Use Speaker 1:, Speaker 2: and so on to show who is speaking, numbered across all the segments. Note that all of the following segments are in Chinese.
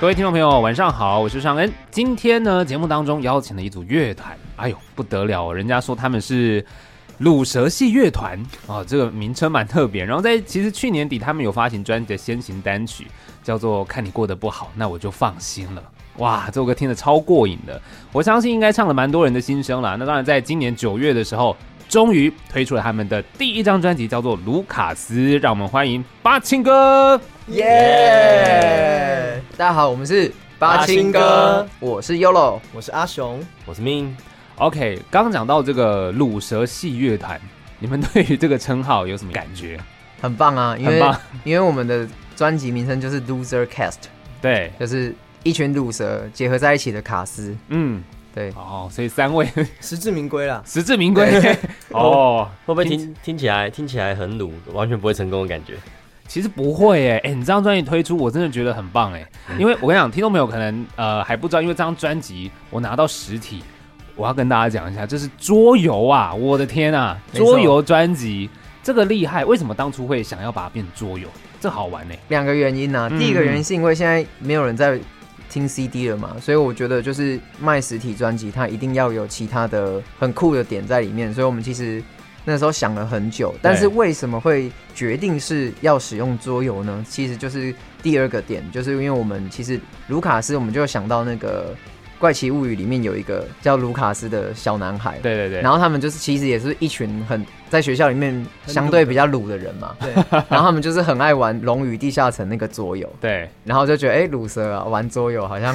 Speaker 1: 各位听众朋友，晚上好，我是尚恩。今天呢，节目当中邀请了一组乐团，哎呦不得了哦，人家说他们是鲁蛇系乐团啊、哦，这个名称蛮特别。然后在其实去年底，他们有发行专辑的先行单曲，叫做《看你过得不好，那我就放心了》。哇，这首歌听得超过瘾的，我相信应该唱了蛮多人的心声啦。那当然，在今年九月的时候，终于推出了他们的第一张专辑，叫做《卢卡斯》，让我们欢迎八清哥。
Speaker 2: 耶！大家好，我们是
Speaker 3: 八清哥，
Speaker 2: 我是 Yolo，
Speaker 3: 我是阿雄，
Speaker 4: 我是 Min。
Speaker 1: OK，刚讲到这个鲁蛇系乐团，你们对于这个称号有什么感觉？
Speaker 2: 很棒啊，因
Speaker 1: 很
Speaker 2: 为
Speaker 1: 棒
Speaker 2: 因为我们的专辑名称就是 Loser Cast，
Speaker 1: 对，
Speaker 2: 就是一群乳蛇结合在一起的卡斯。
Speaker 1: 嗯，
Speaker 2: 对，
Speaker 1: 哦，所以三位
Speaker 3: 实至名归啦。
Speaker 1: 实至名归哦。
Speaker 4: 会不会听听起来听起来很鲁，完全不会成功的感觉？
Speaker 1: 其实不会耶，哎、你这张专辑推出，我真的觉得很棒哎，
Speaker 2: 嗯
Speaker 1: 因为我跟你讲，听众朋友可能呃还不知道，因为这张专辑我拿到实体，我要跟大家讲一下，这是桌游啊，我的天啊，
Speaker 2: 没错
Speaker 1: 桌游专辑这个厉害，为什么当初会想要把它变成桌游？这好玩呢，
Speaker 2: 两个原因呢、啊，
Speaker 1: 嗯
Speaker 2: 第一个原因是因为现在没有人在听 CD 了嘛，所以我觉得就是卖实体专辑，它一定要有其他的很酷的点在里面，所以我们其实。那时候想了很久，但是为什么会决定是要使用桌游呢？其实就是第二个点，就是因为我们其实卢卡斯，我们就想到那个《怪奇物语》里面有一个叫卢卡斯的小男孩，
Speaker 1: 对对对，
Speaker 2: 然后他们就是其实也是一群很在学校里面相对比较鲁的人嘛，
Speaker 3: 对，
Speaker 2: 然后他们就是很爱玩《龙与地下城》那个桌游，
Speaker 1: 对，
Speaker 2: 然后就觉得哎，诶鲁蛇啊，玩桌游 好像，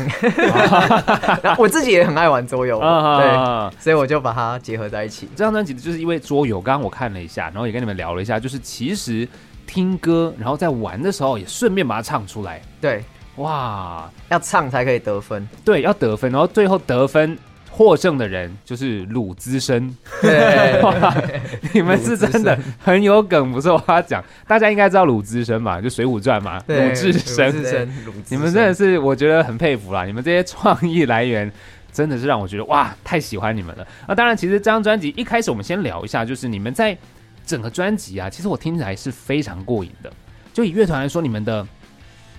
Speaker 2: 然后我自己也很爱玩桌游，对，
Speaker 1: 啊。
Speaker 2: 所以我就把它结合在一起。
Speaker 1: 这张专辑就是因为桌游，刚刚我看了一下，然后也跟你们聊了一下，就是其实听歌，然后在玩的时候也顺便把它唱出来，
Speaker 2: 对，
Speaker 1: 哇，
Speaker 2: 要唱才可以得 分，
Speaker 1: 对，要得分，然后最后得分获胜的人就是鲁资深，
Speaker 2: 对，
Speaker 1: 哇，你们是真的很有梗，不是我要讲，大家应该知道鲁资深嘛，就《水浒传》嘛，
Speaker 2: 对
Speaker 1: 鲁智
Speaker 2: 鲁
Speaker 1: 深
Speaker 2: 智，深，鲁智
Speaker 1: 你
Speaker 2: 深
Speaker 1: 们真的是我觉得很佩服啦，你们这些创意来源。真的是让我觉得哇，太喜欢你们了。那当然，其实这张专辑一开始我们先聊一下，就是你们在整个专辑啊，其实我听起来是非常过瘾的。就以乐团来说，你们的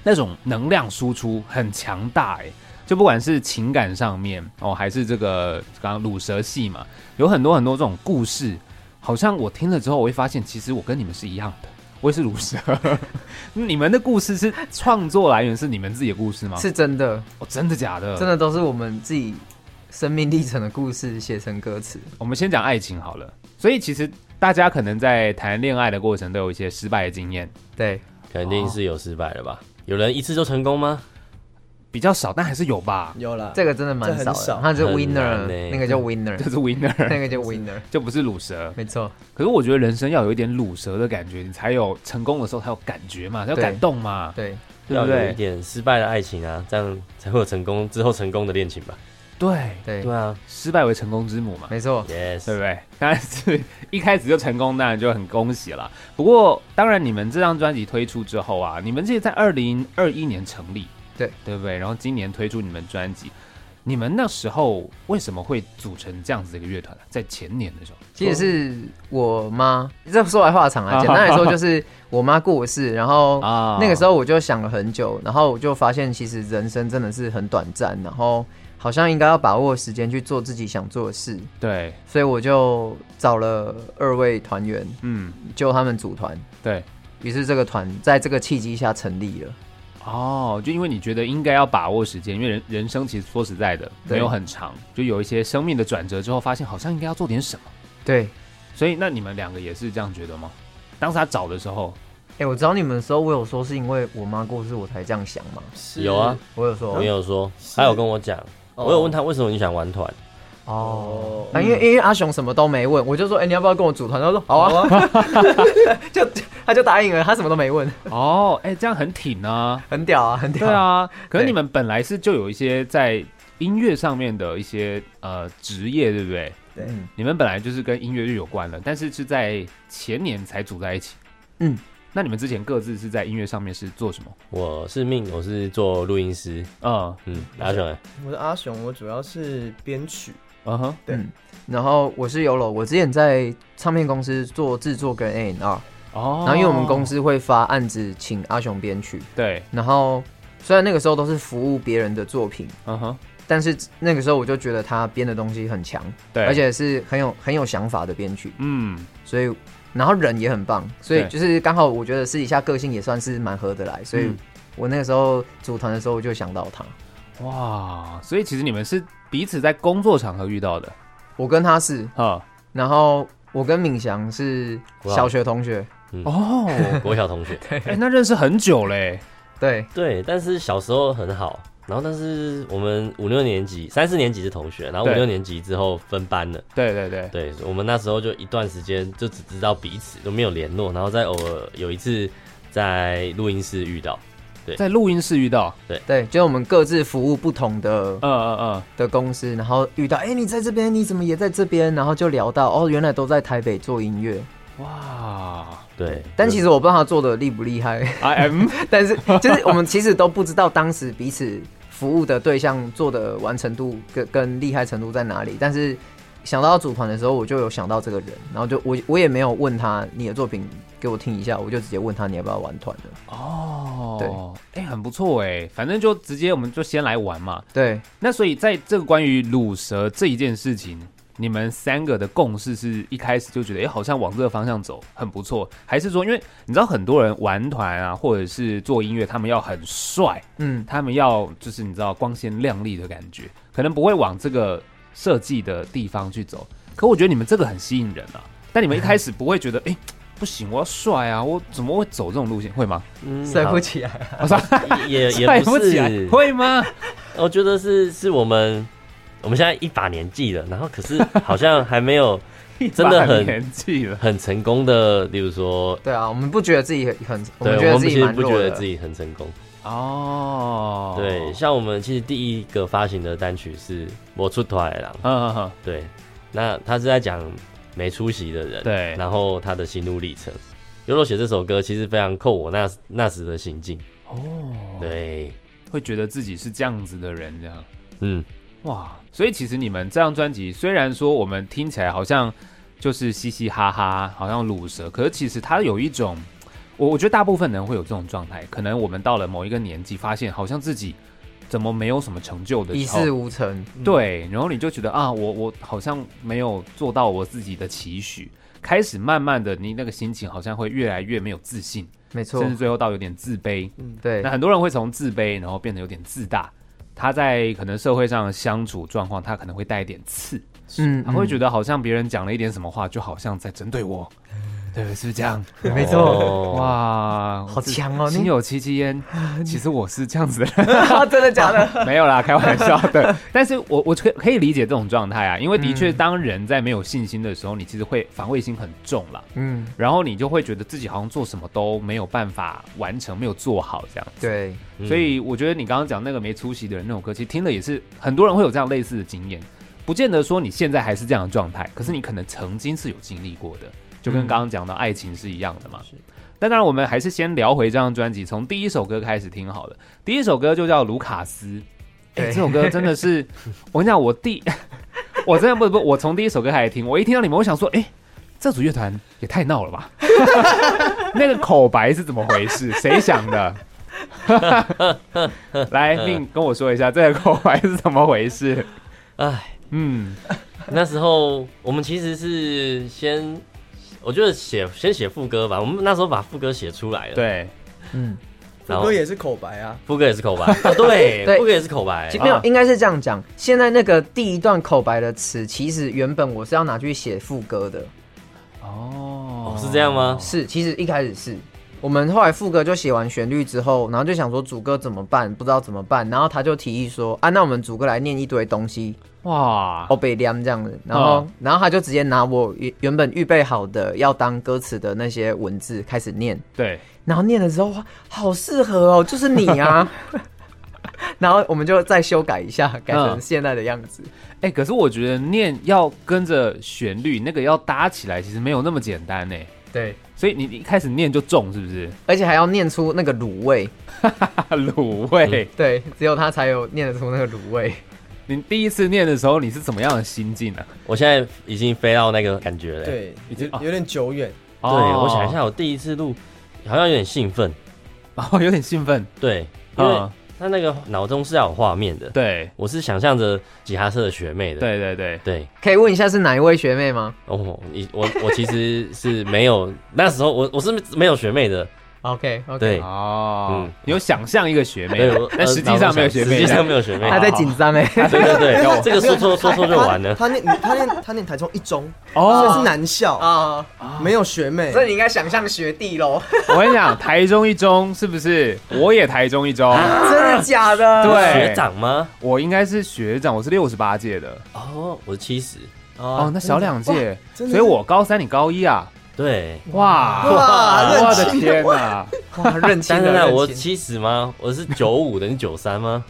Speaker 1: 那种能量输出很强大哎、就不管是情感上面哦，还是这个刚刚鲁蛇戏嘛，有很多很多这种故事，好像我听了之后，我会发现其实我跟你们是一样的，我也是鲁蛇。 你们的故事是创作来源是你们自己的故事吗？
Speaker 2: 是真的，
Speaker 1: 哦，真的假的？
Speaker 2: 真。的都是我们自己生命历程的故事写成歌词。
Speaker 1: 我们先讲爱情好了。所以其实大家可能在谈恋爱的过程都有一些失败的经验，
Speaker 2: 对，
Speaker 4: 肯定是有失败的吧？有人一次就成功吗？
Speaker 1: 比较少，但还是有吧。
Speaker 3: 有啦，
Speaker 2: 这个真的蛮
Speaker 3: 这
Speaker 2: 少
Speaker 3: 很
Speaker 2: 的
Speaker 3: 少，
Speaker 2: 他是
Speaker 4: 很
Speaker 2: winner，
Speaker 4: 难欸
Speaker 2: 那个叫 winner，
Speaker 1: 就是 winner，
Speaker 2: 那个叫 winner，
Speaker 1: 就不是鲁蛇。
Speaker 2: 没错。
Speaker 1: 可是我觉得人生要有一点鲁蛇的感觉，你才有成功的时候才有感觉嘛，才有
Speaker 2: 对
Speaker 1: 感动嘛，
Speaker 2: 对，
Speaker 1: 对不
Speaker 4: 要有一
Speaker 1: 对？
Speaker 4: 点失败的爱情啊，这样才会有成功之后成功的恋情吧？
Speaker 1: 对，
Speaker 2: 对
Speaker 4: 对，啊
Speaker 1: 失败为成功之母嘛。
Speaker 2: 没错，
Speaker 1: 对
Speaker 4: ，yes，
Speaker 1: 不对？当然是一开始就成功，当然就很恭喜了。不过，当然你们这张专辑推出之后啊，你们这在二零二一年成立，
Speaker 2: 对
Speaker 1: 对不对？然后今年推出你们专辑，你们那时候为什么会组成这样子的一个乐团呢？啊在前年的时候，
Speaker 2: 其实是我妈。这说来话长啊，简单来说就是我妈过世，然后
Speaker 1: 啊
Speaker 2: 哦那个时
Speaker 1: 候
Speaker 2: 候我就想了很久，然后我就发现其实人生真的是很短暂，然后好像应该要把握时间去做自己想做的事，
Speaker 1: 对，
Speaker 2: 所以我就找了二位团员，
Speaker 1: 嗯，
Speaker 2: 就他们组团。
Speaker 1: 对，
Speaker 2: 于是这个团在这个契机下成立了，
Speaker 1: 哦，就因为你觉得应该要把握时间，因为人人生其实说实在的
Speaker 2: 对
Speaker 1: 没有很长，就有一些生命的转折之后，发现好像应该要做点什么。
Speaker 2: 对，
Speaker 1: 所以，那你们两个也是这样觉得吗？当时他找的时 候，
Speaker 2: 哎、我找你们的时候，我有说是因为我妈过世我才这样想吗？
Speaker 3: 是
Speaker 4: 有啊，，
Speaker 2: 我有说
Speaker 4: 我有说，他有跟我讲，
Speaker 1: 哦
Speaker 4: 我有问他为什么你想玩团，
Speaker 2: 哦
Speaker 3: 哦，
Speaker 2: 啊，因为因为阿雄什么都没问，我就说，哎、你要不要跟我组团？他说好啊， 就他就答应了，他什么都没问，
Speaker 1: 哦，哎、这样很挺啊。
Speaker 2: 很屌啊，很屌。
Speaker 1: 对，啊，可是
Speaker 2: 对
Speaker 1: 你们本来是就有一些在音乐上面的一些呃职业，对不对？
Speaker 3: 对，
Speaker 2: 嗯
Speaker 1: 你们本来就是跟音乐日有关了，但是是在前年才组在一起。
Speaker 2: 嗯，
Speaker 1: 那你们之前各自是在音乐上面是做什么？
Speaker 4: 我是命，我是做录音师，
Speaker 2: 呃
Speaker 1: 嗯
Speaker 4: 嗯，阿雄欸，
Speaker 3: 我是阿雄，我主要是编曲，
Speaker 1: 嗯哼，
Speaker 3: 对
Speaker 2: 嗯。然后我是 Yolo，我之前在唱片公司做制作跟 A N R，
Speaker 1: 哦
Speaker 2: 然后因为我们公
Speaker 1: 司
Speaker 2: 司会发案子请阿雄编曲，
Speaker 1: 对
Speaker 2: 然后虽然那个时候都是服务别人的作品，
Speaker 1: 嗯哼，
Speaker 2: 但是那个时候我就觉得他编的东西很强，
Speaker 1: 对，
Speaker 2: 而且是很有很有想法的编曲，
Speaker 1: 嗯，
Speaker 2: 所以然后人也很棒，所以
Speaker 1: 对
Speaker 2: 就是刚好我觉得私底下个性也算是蛮合得来，所以
Speaker 1: 嗯
Speaker 2: 我那个时候组团的时候我就想到他，
Speaker 1: 哇，所以其实你们是彼此在工作场合遇到的，
Speaker 2: 我跟他是，
Speaker 1: 哈，
Speaker 2: 然后我跟敏祥是
Speaker 4: 哇
Speaker 2: 小学同学，
Speaker 1: 哦，
Speaker 4: 国 小同学，
Speaker 1: 哎，那认识很久嘞，
Speaker 2: 对，
Speaker 4: 对，但是小时候很好，然后但是我们五六年级、三四年级是同学，然后五
Speaker 1: 对
Speaker 4: 六年级之后分班了。
Speaker 1: 对对对，
Speaker 4: 对，我们那时候就一段时间就只知道彼此都没有联络，然后再偶尔有一次在录音室遇到。
Speaker 1: 在录音室遇到，
Speaker 2: 对，就是我们各自服务不同的
Speaker 1: 嗯嗯嗯，
Speaker 2: 的公司，然后遇到，哎、你在这边，你怎么也在这边？然后就聊到，哦，原来都在台北做音乐。
Speaker 1: 哇
Speaker 4: 对，
Speaker 2: 但其实我不知道他做的厉不厉害，
Speaker 1: ，I am，
Speaker 2: 但是就是我们其实都不知道当时彼此服务的对象做的完成度跟跟厉害程度在哪里。但是想到要组团的时候，我就有想到这个人，然后就我我也没有问他你的作品给我听一下，我就直接问他你要不要玩团的。
Speaker 1: 哦，对，哎，很不错哎，反正就直接我们就先来玩嘛。
Speaker 2: 对，
Speaker 1: 那所以在这个关于卤蛇这一件事情，你们三个的共识是一开始就觉得，哎、好像往这个方向走很不错，还是说，因为你知道很多人玩团啊，或者是做音乐，他们要很帅，
Speaker 2: 嗯，
Speaker 1: 他们要就是你知道光鲜亮丽的感觉，可能不会往这个设计的地方去走。可我觉得你们这个很吸引人啊，但你们一开始不会觉得，哎、不行，我要帅啊！我怎么会走这种路线？会 吗？
Speaker 4: 嗯
Speaker 2: 塞
Speaker 4: 好
Speaker 2: 不起来。
Speaker 4: 也
Speaker 1: 帅
Speaker 4: 也
Speaker 1: 不
Speaker 4: 不
Speaker 1: 起来
Speaker 4: 是，
Speaker 1: 会吗？
Speaker 4: 我觉得是是我们我们现在一把年纪了，然后可是好像还没有真的
Speaker 1: 把
Speaker 4: 很
Speaker 1: 年纪了，
Speaker 4: 很成功的，例如说，
Speaker 2: 对啊，我们不觉得自己很， 我们
Speaker 4: 对我
Speaker 2: 觉得
Speaker 4: 们
Speaker 2: 自
Speaker 4: 不
Speaker 2: 己
Speaker 4: 觉
Speaker 2: 蛮
Speaker 4: 不
Speaker 2: 弱
Speaker 4: 觉得
Speaker 2: 的。
Speaker 4: 自己很成功。
Speaker 1: 哦，
Speaker 4: 对，像我们其实第一个发行的单曲是《我出团了》，
Speaker 1: 嗯嗯嗯，
Speaker 4: 对，那他是在讲没出息的人，
Speaker 1: 对
Speaker 4: 然后他的心路历程。尤若写这首歌其实非常扣我那那时的心境，
Speaker 1: 哦，
Speaker 4: 对，
Speaker 1: 会觉得自己是这样子的人，这样
Speaker 4: 嗯，
Speaker 1: 哇。所以其实你们这张专辑，虽然说我们听起来好像就是嘻嘻哈哈，好像卤蛇，可是其实它有一种，我我觉得大部分人会有这种状态，可能我们到了某一个年纪，发现好像自己怎么没有什么成就的
Speaker 2: 一
Speaker 1: 时
Speaker 2: 事
Speaker 1: 候。
Speaker 2: 无成，
Speaker 1: 对，然后你就觉得啊，我我好像没有做到我自己的期许，开始慢慢的，你那个心情好像会越来越没有自信，
Speaker 2: 没错
Speaker 1: 甚，至最后到有点自卑。
Speaker 2: 对
Speaker 1: 那，很多人会从自卑，然后变得有点自大。他在可能社会上的相处状况，他可能会带一点刺，
Speaker 2: 嗯
Speaker 1: 他会
Speaker 2: 得。
Speaker 1: 觉得好像别人讲了一点什么话，就好像在针对我，对，是不是这样？
Speaker 2: 没错
Speaker 4: 哦，
Speaker 1: 哇，
Speaker 2: 好强哦你
Speaker 1: 心有戚戚 焉。其实我是这样子的人，
Speaker 4: 哦
Speaker 2: 真的假 的？
Speaker 1: 没有啦，开玩笑 的。但是我我可可以理解这种状态啊，因为的
Speaker 2: 嗯
Speaker 1: 确，当人在没有信心的时候，你其实会防卫心很重啦，
Speaker 2: 嗯，
Speaker 1: 然后你就会觉得自己好像做什么都没有办法完成，没有做好这样。
Speaker 2: 对，
Speaker 4: 嗯
Speaker 1: 所以我觉得你刚刚讲那个没出息的人那首歌，其实听了也是很多人会有这样类似的经验，不见得说你现在还是这样的状态，可是你可能曾经是有经历过的，就跟刚刚讲的爱情是一样的嘛。但当然，我们还是先聊回这张专辑，从第一首歌开始听好了。第一首歌就叫《卢卡斯》，哎、
Speaker 2: 对
Speaker 1: 这首歌真的是，我跟你讲，我第， 我真的不不，我从第一首歌开始听，我一听到你们，我想说，哎、这组乐团也太闹了吧！ 那个口白是怎么回事？谁想的？ 来，命跟我说一下这个口白是怎么回事？
Speaker 4: 哎，
Speaker 1: 嗯，
Speaker 4: 那时候我们其实是先，我觉得写先写副歌吧，我们那时候把副歌写出来了，，
Speaker 1: 对，
Speaker 2: 嗯，
Speaker 4: 然
Speaker 3: 副
Speaker 4: 后
Speaker 3: 歌也是口白啊，
Speaker 4: 副歌也是口白，啊对
Speaker 2: 对，
Speaker 4: 副歌也是口白
Speaker 2: 其，没有，应该是这样讲。现在那个第一段口白的词，其实原本我是要拿去写副歌的，
Speaker 1: 哦
Speaker 4: 哦是这样吗
Speaker 2: 是，其实一开始是。我们后来副歌就写完旋律之后，然后就想说主歌怎么办，不知道怎么办，然后他就提议说啊，那我们主歌来念一堆东西，
Speaker 1: 哇，
Speaker 2: 哦被念这样子，然后、
Speaker 1: 嗯
Speaker 2: 然后他就直接拿我原原本预备好的要当歌词的那些文字开始念，
Speaker 1: 对，
Speaker 2: 然后念的时候哇，好适合哦，就是你啊。然后我们就再修改一下，改成现在的样子。
Speaker 1: 哎，可是我觉得念要跟着旋律，那个要搭起来，其实没有那么简单呢。
Speaker 2: 对，
Speaker 1: 所以你你一开始念就中，是不是？
Speaker 2: 而且还要念出那个卤味，
Speaker 1: 哈哈啊卤味，
Speaker 2: 对，只有他才有念得出那个卤味。
Speaker 1: 嗯你第一次念的时候，你是怎么样的心境啊呢？
Speaker 4: 我现在已经飞到那个感觉了，，
Speaker 3: 对，
Speaker 1: 已经
Speaker 3: 有有点久远，
Speaker 4: 对我想一下，我第一次录好像有点兴奋，
Speaker 1: 哦，有点兴奋，
Speaker 4: 对，因为
Speaker 1: 嗯，
Speaker 4: 他那个脑中是要有画面的。
Speaker 1: 对
Speaker 4: 我是想象着吉他社的学妹的。
Speaker 1: 对对对，
Speaker 4: 对，
Speaker 2: 可以问一下是哪一位学妹吗
Speaker 4: 哦，你我我其实是没有 那时候我我是没有学妹的，
Speaker 2: ？OK OK，
Speaker 4: 对
Speaker 1: 哦
Speaker 4: 嗯，
Speaker 1: 你有想象一个学妹
Speaker 4: 对，我，呃
Speaker 1: 但实际上没有学妹，
Speaker 4: 实际上没有学妹。
Speaker 2: 他在紧张哎，
Speaker 4: 对 对对，这个说错说
Speaker 3: 他
Speaker 4: 错哦就完了。
Speaker 3: 他念他念他念台中一中，
Speaker 1: 哦
Speaker 3: 这是男校，
Speaker 2: 啊，
Speaker 3: 没有学妹。
Speaker 2: 所以你应该想象学弟喽，
Speaker 1: 我跟你讲，台中一中是不是？我也台中一中，
Speaker 4: 啊
Speaker 2: 真的假的？
Speaker 1: 对
Speaker 4: 学长吗？
Speaker 1: 我应该是学长，我是六十八届的
Speaker 4: 哦，我是七十。
Speaker 1: 哦
Speaker 3: 哦，
Speaker 1: 那小两届，
Speaker 3: 真的真
Speaker 1: 所
Speaker 3: 的
Speaker 1: 以我高三，你高一啊，
Speaker 4: 对，
Speaker 1: 哇
Speaker 4: 啊
Speaker 3: 哇
Speaker 1: 我的
Speaker 3: 认清
Speaker 1: 天哪！
Speaker 2: 哇，认清
Speaker 4: 但
Speaker 2: 了，
Speaker 4: 是呢，
Speaker 2: 认
Speaker 4: 我
Speaker 2: 清
Speaker 4: 七十吗？我是九五的，你九三吗？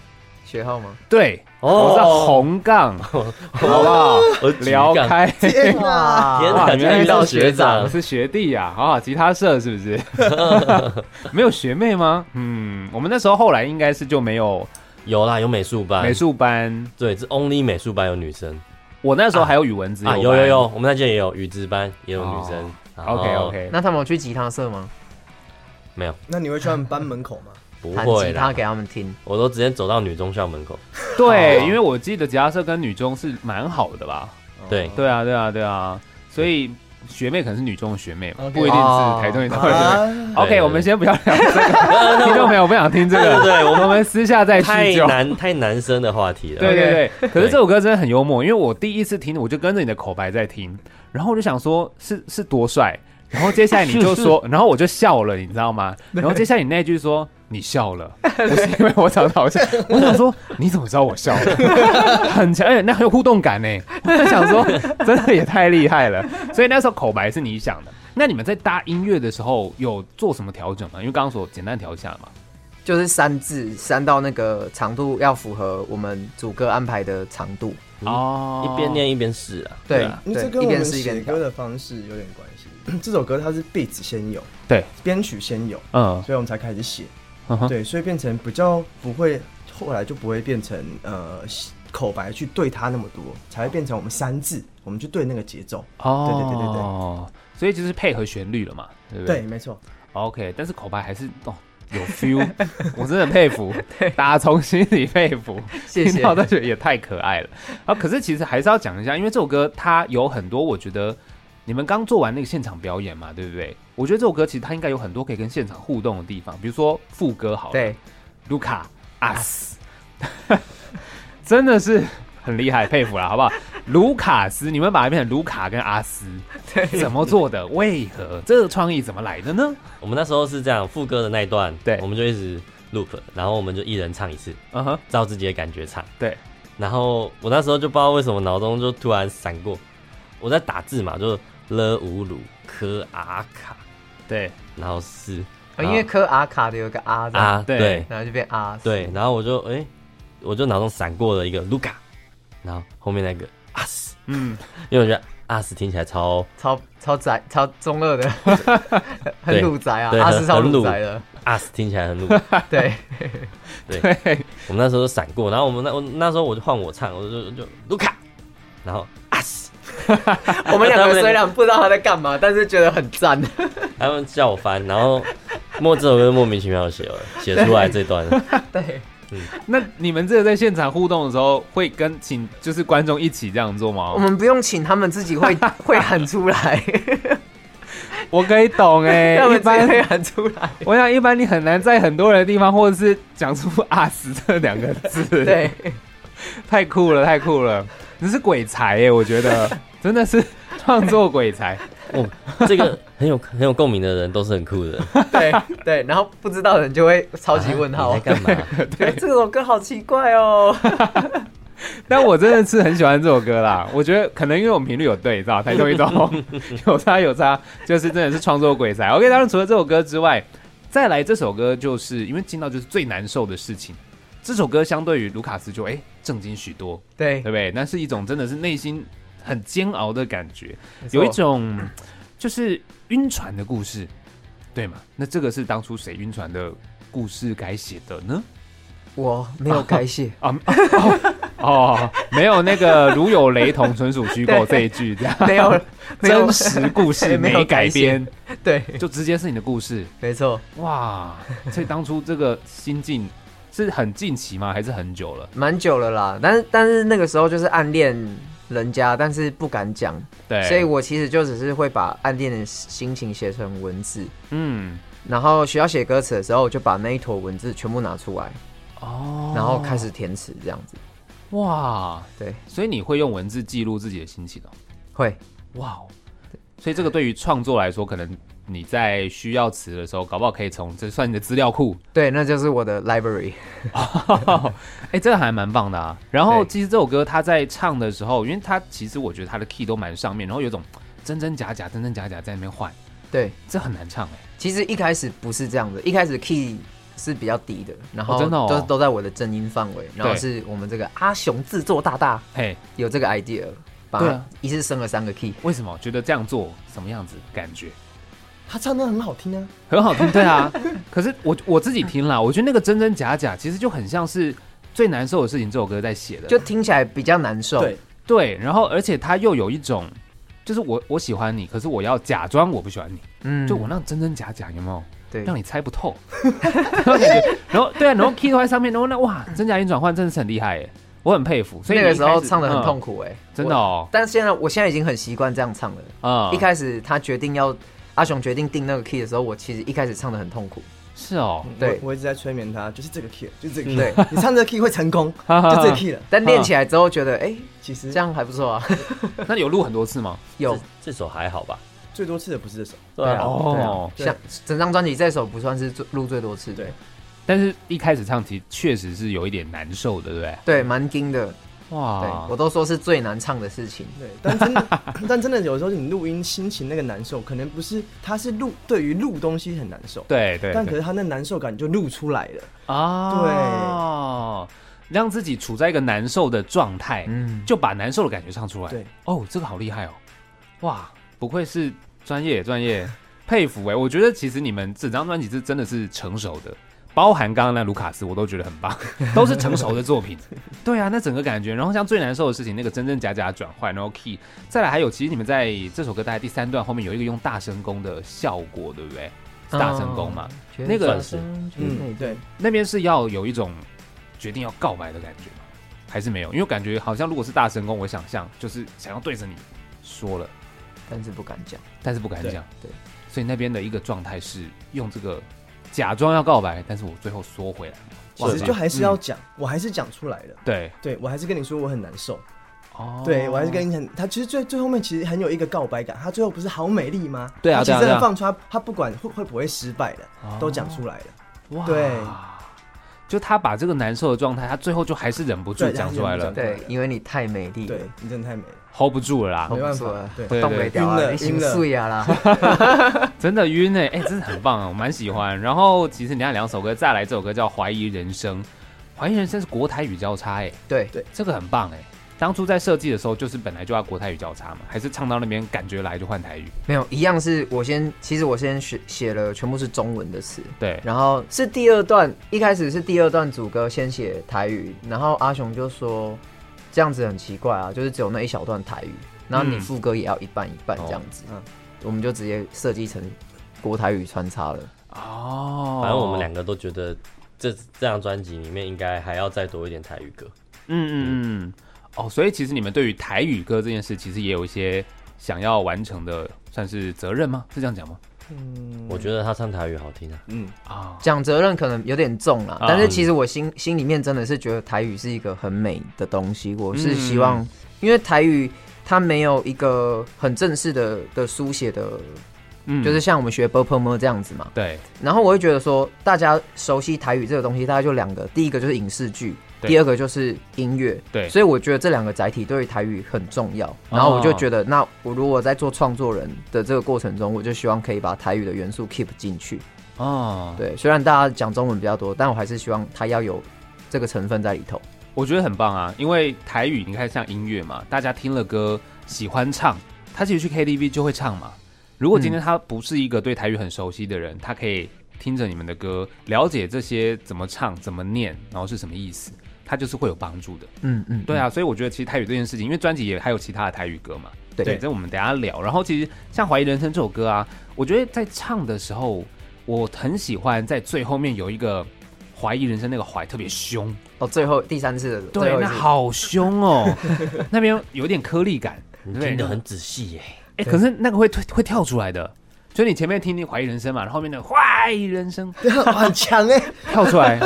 Speaker 2: 学号吗？
Speaker 1: 对，
Speaker 4: 哦
Speaker 1: 我是红杠，好不好？
Speaker 4: 我是
Speaker 1: 聊
Speaker 4: 橘杠
Speaker 1: 开，
Speaker 3: 天哪！
Speaker 4: 天
Speaker 1: 哇
Speaker 4: 哪，
Speaker 1: 原来
Speaker 4: 竟然遇到
Speaker 2: 是学
Speaker 4: 学
Speaker 1: 我
Speaker 4: 长，
Speaker 1: 是学弟呀、啊，啊，吉他社是不是？没有学妹吗？嗯，我们那时候后来应该是就没有
Speaker 4: 有啦，有美术班，
Speaker 1: 美术班，
Speaker 4: 对，是 only 美术班有女生
Speaker 1: 我那时候还有语文自由
Speaker 4: 啊，
Speaker 1: 班
Speaker 4: 有有有，我们那届也有语资班也有女生
Speaker 1: 哦。，OK OK，
Speaker 2: 那他们有去吉他社吗？
Speaker 3: 那你会去他们班门口 吗？
Speaker 4: 不
Speaker 2: 弹
Speaker 4: 会
Speaker 2: 吉
Speaker 4: 啦
Speaker 2: 他，给他们听，
Speaker 4: 我都直接走到女中校门口。
Speaker 1: 对，因为我记得吉他社跟女中是蛮好的吧？
Speaker 3: 哦
Speaker 4: 对
Speaker 1: 对啊，对啊，对啊，所以学妹可能是女中的学妹嘛，
Speaker 3: OK
Speaker 1: 不一定是台中一中的学妹。
Speaker 3: 啊，
Speaker 4: 对
Speaker 1: OK，
Speaker 4: 对
Speaker 1: 我们先不要聊这个，听众朋友不想听这个， 对，我们私下再
Speaker 4: 太
Speaker 1: 叙旧。
Speaker 4: 难太男生的话题了。
Speaker 1: 对对对，可是这首歌真的很幽默，因为我第一次听，我就跟着你的口白在听，然后我就想说是是多帅，然后接下来你就 说，然后我就笑了，你知道吗？然后接下来你那句说你笑 了，不是因为我长得好笑，我想说你怎么知道我笑了？很强，而且那很有互动感呢。我在想说，真的也太厉害了。所以那时候口白是你想的。那你们在搭音乐的时候有做什么调整吗？因为刚刚说简单调一下嘛。
Speaker 2: 就是删字删到那个长度要符合我们主歌安排的长度，
Speaker 1: 哦
Speaker 4: 嗯一边念一边试啊。
Speaker 2: 对
Speaker 4: 啊，
Speaker 3: 你
Speaker 2: 对
Speaker 3: 这跟
Speaker 2: 一
Speaker 3: 我
Speaker 2: 边
Speaker 3: 们
Speaker 2: 是一边
Speaker 3: 写歌的方式有点关系。这首歌它是 beat 先有，
Speaker 1: 对，
Speaker 3: 编曲先有，
Speaker 1: 嗯，
Speaker 3: 所以我们才开始写。
Speaker 1: 嗯哼
Speaker 3: 对，所以变成比较不会，后来就不会变成呃口白去对它那么多，才会变成我们三字，我们去对那个节奏。
Speaker 1: 哦，
Speaker 3: 对对对对对
Speaker 1: 对，所以就是配合旋律了嘛，对不
Speaker 3: 对，
Speaker 1: 对？
Speaker 3: 没错。
Speaker 1: ，OK，但是口白还是哦有 feel，我 真的很佩服，打从心里佩服。
Speaker 2: 谢谢
Speaker 1: 听。到都觉得也太可爱了啊！可是其实还是要讲一下，因为这首歌它有很多，我觉得你们刚做完那个现场表演嘛，对不对？我觉得这首歌其实它应该有很多可以跟现场互动的地方，比如说副歌好了，
Speaker 2: 对，
Speaker 1: 卢卡阿斯， 真的是很厉害，佩服了，好不好？卢卡斯，你们把它变成卢卡跟阿斯，怎么做的？为何这个创意怎么来的呢？
Speaker 4: 我们那时候是这样，副歌的那一段，
Speaker 1: 对
Speaker 4: 我们就一直 loop，然后我们就一人唱一次，
Speaker 1: 嗯哼，
Speaker 4: 照自己的感觉唱。
Speaker 1: 对，
Speaker 4: 然后我那时候就不知道为什么脑中就突然闪过，我在打字嘛，就了乌鲁科阿卡，
Speaker 1: 对，
Speaker 4: 然后是
Speaker 2: 哦因为科阿卡的有个阿字，
Speaker 4: 啊，
Speaker 1: 对
Speaker 4: 对
Speaker 2: 然后就变阿字。
Speaker 4: 对，然后我就哎、我就脑中闪过了一个卢卡，然后后面那个阿斯，
Speaker 1: 嗯，
Speaker 4: 因为我觉得阿斯听起来超
Speaker 2: 超超宅超中二的，很鲁宅啊
Speaker 4: 对，
Speaker 2: 阿是超
Speaker 4: 很
Speaker 2: 鲁
Speaker 4: 鲁
Speaker 2: 宅的，
Speaker 4: 阿斯听起来很鲁，
Speaker 2: 对，
Speaker 1: 对，
Speaker 4: 我们那时候就闪过，然后我们那我那时候我就换我唱，我就就卢卡，然后阿斯。
Speaker 2: 我们两个虽然不知道他在干嘛，但是觉得很赞。
Speaker 4: 他们叫我翻，然后莫这首歌莫名其妙地写了，写出来这段，
Speaker 2: 对，
Speaker 1: 那你们这个在现场互动的时候，会跟请就是观众一起这样做吗？
Speaker 2: 我们不用请他们自己 会会喊出来，
Speaker 1: 我可以懂 哎、
Speaker 2: 他
Speaker 1: 一
Speaker 2: 们自己
Speaker 1: 般
Speaker 2: 会喊出来。
Speaker 1: 我想一般你很难在很多人的地方，或者是讲出“阿死”这两个字。，
Speaker 2: 对，
Speaker 1: 太酷了，太酷了！你是鬼才耶，我觉得真的是创作鬼才。
Speaker 4: 哦，这个很有很有共鸣的人都是很酷的。
Speaker 2: 对 对，然后不知道的人就会超级问号
Speaker 4: 啊你。在干嘛？
Speaker 2: 对，这首歌好奇怪哦。
Speaker 1: 但我真的是很喜欢这首歌啦，我觉得可能因为我们频率有对照，台中一中有差有差，就是真的是创作鬼才。OK，当然除了这首歌之外，再来这首歌就是因为进到就是最难受的事情。这首歌相对于卢卡斯就哎、震惊许多，
Speaker 2: 对
Speaker 1: 对，不对？那是一种真的是内心很煎熬的感觉。
Speaker 2: 没错
Speaker 1: 有一种就是晕船的故事，对吗？那这个是当初谁晕船的故事改写的呢？
Speaker 2: 我没有改写，
Speaker 1: 啊哦哦，没有那个如有雷同，纯属虚 构这一句，这样
Speaker 2: 没有没 有
Speaker 1: 真实故事
Speaker 2: 没
Speaker 1: 没
Speaker 2: 有
Speaker 1: 改
Speaker 2: 改写
Speaker 1: 编，
Speaker 2: 对，
Speaker 1: 就直接是你的故事
Speaker 2: 没错，
Speaker 1: 哇！所以当初这个心境是很近期吗？还是很久了？
Speaker 2: 蛮久了啦，但是但是那个时候就是暗恋人家，但是不敢讲，
Speaker 1: 对，
Speaker 2: 所以我其实就只是会把暗恋的心情写成文字，
Speaker 1: 嗯，
Speaker 2: 然后需要写歌词的时候，我就把那一坨文字全部拿出来，
Speaker 1: 哦，
Speaker 2: 然后开始填词这样子。
Speaker 1: 哇，
Speaker 2: 对，
Speaker 1: 所以你会用文字记录自己的心情哦。
Speaker 2: 会，
Speaker 1: 哇哦，所以这个对于创作来说，可能你在需要词的时候，搞不好可以从这算你的资料库。
Speaker 2: 对，那就是我的 library。
Speaker 1: 哎、这个还蛮棒的啊。然后
Speaker 2: 对
Speaker 1: 其实这首歌他在唱的时候，因为他其实我觉得他的 key 都蛮上面，然后有种真真假假、真真假假在那边换，
Speaker 2: 对，
Speaker 1: 这很难唱哎、
Speaker 2: 其实一开始不是这样的，一开始 key 是比较低的，然后
Speaker 1: 哦真的哦
Speaker 2: 都都在我的正音范围，然后
Speaker 1: 对
Speaker 2: 是我们这个阿雄制作大大
Speaker 1: 嘿，
Speaker 2: 有这个 idea，把
Speaker 1: 对
Speaker 2: 它
Speaker 1: 啊
Speaker 2: 一次升了三个 key。
Speaker 1: 为什么觉得这样做什么样子感觉？
Speaker 3: 他唱的很好听啊，
Speaker 1: 很好听，对啊。可是我我自己听啦，我觉得那个真真假假其实就很像是最难受的事情，这首歌在写的。
Speaker 2: 就听起来比较难受，
Speaker 3: 对，
Speaker 1: 对，然后而且它又有一种，就是我我喜欢你，可是我要假装我不喜欢你，
Speaker 2: 嗯，
Speaker 1: 就我那种真真假假，有没有？
Speaker 2: 对，
Speaker 1: 让你猜不透。 那种感觉然后对啊，然后 key 都在上面，然后那哇，真假音转换真的是很厉害耶，我很佩服。所以
Speaker 2: 那
Speaker 1: 你
Speaker 2: 个
Speaker 1: 一
Speaker 2: 时
Speaker 1: 开
Speaker 2: 候
Speaker 1: 始
Speaker 2: 唱的很
Speaker 1: 嗯
Speaker 2: 痛苦哎、
Speaker 1: 真的
Speaker 2: 我。
Speaker 1: 哦，
Speaker 2: 但现在我现在已经很习惯这样唱了。
Speaker 1: 嗯，
Speaker 2: 一开始他决定要阿雄决定定那个 key 的时候，我其实一开始唱的很痛苦，
Speaker 1: 是哦，
Speaker 2: 对
Speaker 3: 我我一直在催眠他，就是这个 key，就是这个 key，
Speaker 2: 对
Speaker 3: 你唱这个 key 会成功，
Speaker 1: 哈哈
Speaker 3: 就
Speaker 1: 哈
Speaker 3: 这个 key 了。
Speaker 1: 嗯
Speaker 2: 但练起来之后觉得，哎、
Speaker 3: 其实
Speaker 2: 这样还不错啊。
Speaker 1: 那有录很多次吗？
Speaker 2: 有
Speaker 4: 这首还好吧？
Speaker 3: 最多次的不是这首，
Speaker 4: 对
Speaker 2: 对
Speaker 4: 啊，
Speaker 2: 啊
Speaker 1: 哦，
Speaker 3: 对
Speaker 2: 像整张专辑这首不算是最录最多次的
Speaker 3: 对，
Speaker 1: 但是一开始唱题确实是有一点难受的，对不对？
Speaker 2: 对，蛮惊的。对
Speaker 1: 哇，
Speaker 2: 我都说是最难唱的事情。
Speaker 3: 对，但真的， 但真的有时候你录音心情那个难受，可能不是他是录对于录东西很难受，
Speaker 1: 对对，
Speaker 3: 但
Speaker 1: 对
Speaker 3: 可是他那难受感就录出来了。
Speaker 1: 啊，对，让自己处在一个难受的状态，
Speaker 2: 嗯，
Speaker 1: 就把难受的感觉唱出来。
Speaker 3: 对，
Speaker 1: 哦，这个好厉害哦，哇，不愧是专业专业，佩服哎！我觉得其实你们整张专辑是真的是成熟的。包含刚刚那卢卡斯，我都觉得很棒，都是成熟的作品。 对啊，那整个感觉，然后像最难受的事情，那个真真假假的转换，然后 key，再来还有，其实你们在这首歌大概第三段后面有一个用大声功的效果，对不对？是大声功嘛，那个
Speaker 2: 是，
Speaker 3: 嗯，对，
Speaker 1: 那边是要有一种决定要告白的感觉吗？还是没有？因为感觉好像如果是大神功，我想象就是想要对着你说了，
Speaker 2: 但是不敢讲。
Speaker 1: 但是不敢
Speaker 3: 对
Speaker 1: 讲。
Speaker 2: 对
Speaker 1: 所以那边的一个状态是用这个假装要告白，但是我最后缩回来了。
Speaker 3: 其实
Speaker 1: 哇
Speaker 3: 就还是要
Speaker 1: 嗯
Speaker 3: 讲，我还是讲出来了。
Speaker 1: 对
Speaker 3: 对，我还是跟你说我很难受，
Speaker 1: 哦
Speaker 3: 对我还是跟你很，他其实最最后面其实很有一个告白感，他最后不是好美丽吗？
Speaker 1: 对啊
Speaker 3: 他其
Speaker 1: 对啊
Speaker 3: 实真
Speaker 1: 对啊
Speaker 3: 的放出他，他不管会会不会失败的，都讲出来了。
Speaker 1: 哦哇
Speaker 3: 对
Speaker 1: 就他把这个难受的状态，他最后就还是忍不住
Speaker 3: 对
Speaker 1: 讲出来了
Speaker 3: 他还是忍不住
Speaker 2: 对，因为你太美丽了
Speaker 3: 对，你真的太美了，
Speaker 1: ，hold 不住了啦
Speaker 2: 好，
Speaker 3: 没办
Speaker 2: 不错啊
Speaker 3: 法，对。
Speaker 1: 对
Speaker 2: 动没掉
Speaker 3: 晕
Speaker 2: 啊，
Speaker 3: 了
Speaker 2: 你心
Speaker 3: 晕了
Speaker 2: 碎啊啦。
Speaker 1: 真的晕哎、欸，哎、真的很棒啊，我蛮喜欢。然后其实你看两首歌，再来这首歌叫《怀疑人生》，《怀疑人生》是国台语交叉哎、
Speaker 2: 对，
Speaker 1: 这个很棒哎、当初在设计的时候，就是本来就要国台语交叉嘛，还是唱到那边感觉来就换台语？
Speaker 2: 没有一样是我先，其实我先写写了全部是中文的词，
Speaker 1: 对，
Speaker 2: 然后是第二段，一开始是第二段主歌先写台语，然后阿雄就说这样子很奇怪啊，就是只有那一小段台语，然后你
Speaker 1: 嗯
Speaker 2: 副歌也要一半一半这样子，
Speaker 3: 哦嗯
Speaker 2: 我们就直接设计成国台语穿插了。
Speaker 1: 哦，
Speaker 4: 反正我们两个都觉得这这张专辑里面应该还要再多一点台语歌。
Speaker 1: 嗯嗯嗯，哦，所以其实你们对于台语歌这件事，其实也有一些想要完成的，算是责任吗？是这样讲吗？
Speaker 3: 嗯
Speaker 4: 我觉得他唱台语好听啊，
Speaker 3: 嗯，
Speaker 1: 啊、
Speaker 2: 讲责任可能有点重啦，
Speaker 1: 啊
Speaker 2: 但是其实我心心里面真的是觉得台语是一个很美的东西，我是希
Speaker 3: 嗯
Speaker 2: 望，因为台语它没有一个很正式的的书写的，
Speaker 1: 嗯
Speaker 2: 就是像我们学 b u r p l e 这样子嘛，
Speaker 1: 对
Speaker 2: 然后我会觉得说，大家熟悉台语这个东西，大概就两个，第一个就是影视剧，
Speaker 1: 对
Speaker 2: 第二个就是音乐。
Speaker 1: 对哦
Speaker 2: 所以我觉得这两个载体对于台语很重要。然后我就觉得，那我如果在做创作人的这个过程中，我就希望可以把台语的元素 keep 进去。
Speaker 1: 哦，
Speaker 2: 对，虽然大家讲中文比较多，但我还是希望它要有这个成分在里头。
Speaker 1: 我觉得很棒啊，因为台语你看像音乐嘛，大家听了歌喜欢唱，他其实去 KTV 就会唱嘛。如果今天他不是一个对台语很熟悉的人，他可以听着你们的歌，了解这些怎么唱、怎么念，然后是什么意思，他就是会有帮助的。
Speaker 2: 嗯嗯，
Speaker 1: 对啊，所以我觉得其实台语这件事情，因为专辑也还有其他的台语歌嘛，
Speaker 2: 嗯对
Speaker 1: 这我们等一下聊。然后其实像《怀疑人生》这首歌啊，我觉得在唱的时候，我很喜欢在最后面有一个怀疑人生那个怀特别凶，
Speaker 2: 哦，最后第三次的最
Speaker 1: 对，
Speaker 2: 后一
Speaker 1: 那
Speaker 2: 次
Speaker 1: 好凶哦， 那边有点颗粒感，
Speaker 4: 你
Speaker 1: 对
Speaker 4: 听得很仔细耶。
Speaker 1: 哎、可是那个会推会跳出来的，所以你前面听你怀疑人生嘛，然后后面的怀疑人生
Speaker 3: 很强哎、
Speaker 1: 跳出来，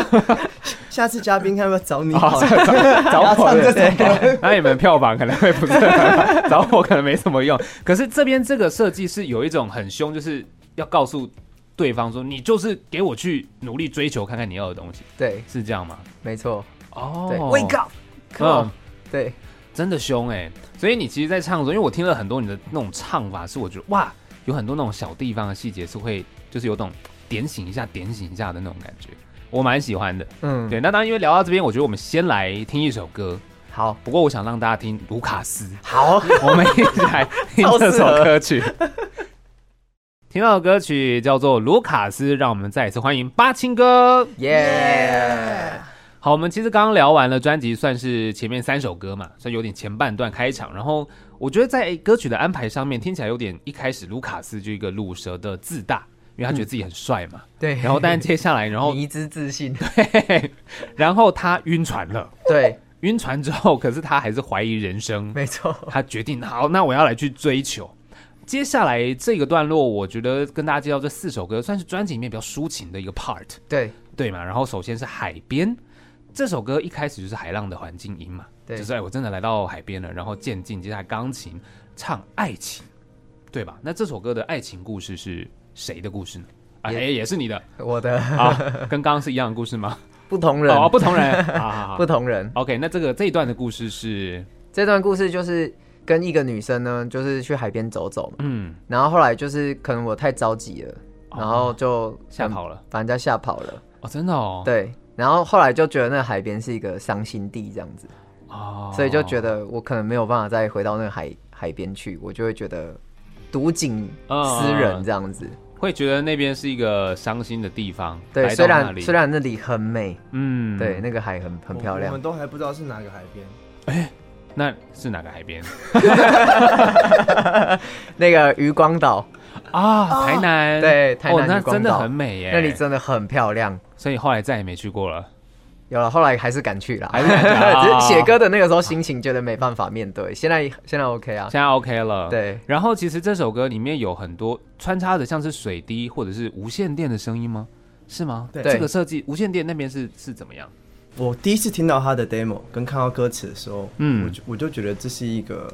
Speaker 3: 下次嘉宾看要不要 找 你好了，
Speaker 1: 哦找
Speaker 3: 要
Speaker 1: 我
Speaker 3: 唱这
Speaker 1: 的，
Speaker 3: 种歌，
Speaker 1: 那你们票房可能会 不是很好，找我可能没什么用。可是这边这个设计是有一种很凶，就是要告诉对方说，你就是给我去努力追求，看看你要的东西，
Speaker 2: 对，
Speaker 1: 是这样吗？
Speaker 2: 没错，
Speaker 1: 哦
Speaker 2: 对，Wake up，come
Speaker 1: 嗯
Speaker 2: on，对，
Speaker 1: 真的凶哎、所以你其实，在唱的时候，因为我听了很多你的那种唱法，是我觉得哇，有很多那种小地方的细节是会，就是有种点醒一下、点醒一下的那种感觉，我蛮喜欢的。
Speaker 2: 嗯，
Speaker 1: 对，那当然，因为聊到这边，我觉得我们先来听一首歌。
Speaker 2: 好，
Speaker 1: 不过我想让大家听卢卡斯，
Speaker 2: 好，
Speaker 1: 我们一起来听这首歌曲。 听到的歌曲叫做《卢卡斯》，让我们再一次欢迎八清哥。
Speaker 2: 耶，
Speaker 1: 好，我们其实刚刚聊完了专辑，算是前面三首歌嘛，算有点前半段开场。然后我觉得在呃歌曲的安排上面，听起来有点一开始卢卡斯就一个卤蛇的自大，因为他觉得自己很帅嘛。
Speaker 2: 对，
Speaker 1: 然后，但接下来，然 后
Speaker 2: 迷之自信，
Speaker 1: 然后他晕船了，
Speaker 2: 对，
Speaker 1: 晕船之后，可是他还是怀疑人生，
Speaker 2: 没错，
Speaker 1: 他决定好，那我要来去追求。接下来这个段落，我觉得跟大家介绍这四首歌，算是专辑里面比较抒情的一个 part，
Speaker 2: 对，
Speaker 1: 对嘛？然后首先是海边这首歌，一开始就是海浪的环境音嘛，
Speaker 2: 对
Speaker 1: 就是哎，我真的来到海边了，然后渐进，接下来钢琴唱爱情，对吧？那这首歌的爱情故事是谁的故事呢？啊，
Speaker 2: 也
Speaker 1: 也也是你 的
Speaker 2: 我的
Speaker 1: 啊，跟刚刚是一样的故事吗？
Speaker 2: 不同人，
Speaker 1: 哦，不同人，好好好
Speaker 2: 不同人，
Speaker 1: OK，那这个这一段的故事是，
Speaker 2: 这段故事就是跟一个女生呢，就是去海边走走嘛，
Speaker 1: 嗯，
Speaker 2: 然后后来就是可能我太着急了，然后就
Speaker 1: 哦吓跑了，
Speaker 2: 把人家吓跑了，
Speaker 1: 哦，真的哦，
Speaker 2: 对，然后后来就觉得那个海边是一个伤心地这样子，
Speaker 1: 哦，
Speaker 2: 所以就觉得我可能没有办法再回到那个海海边去，我就会觉得独景
Speaker 1: 嗯
Speaker 2: 私人这样子。
Speaker 1: 会觉得那边是一个伤心的地方。
Speaker 2: 对，
Speaker 1: 来
Speaker 2: 虽
Speaker 1: 到那
Speaker 2: 然
Speaker 1: 里
Speaker 2: 虽然那里很美，
Speaker 1: 嗯，
Speaker 2: 对，，那个海很很漂
Speaker 3: 我
Speaker 2: 亮
Speaker 3: 们，都还不知道是哪个海边，
Speaker 1: 那是哪个海边
Speaker 2: 那个渔光岛，
Speaker 1: 啊？台南，
Speaker 2: 对台
Speaker 1: 哦，
Speaker 2: 南
Speaker 1: 那
Speaker 2: 渔光
Speaker 1: 真的
Speaker 2: 岛
Speaker 1: 很美耶。
Speaker 2: 那里真的很漂亮。
Speaker 1: 所以后来再也没去过了。
Speaker 2: 有了，后来还是敢去啦，
Speaker 1: 还是敢去啊
Speaker 2: 只是写歌的那个时候心情觉得没办法面对，现在现在 OK 啊
Speaker 1: 现，在 OK 了，。
Speaker 2: 对，
Speaker 1: 然后其实这首歌里面有很多穿插的像是水滴或者是无线电的声音吗？是吗？
Speaker 3: 对
Speaker 1: 这个设计无线电那边是是怎么样？
Speaker 3: 我第一次听到他的 demo 跟看到歌词的时候，
Speaker 1: 嗯
Speaker 3: 嗯，我就我就觉得这是一个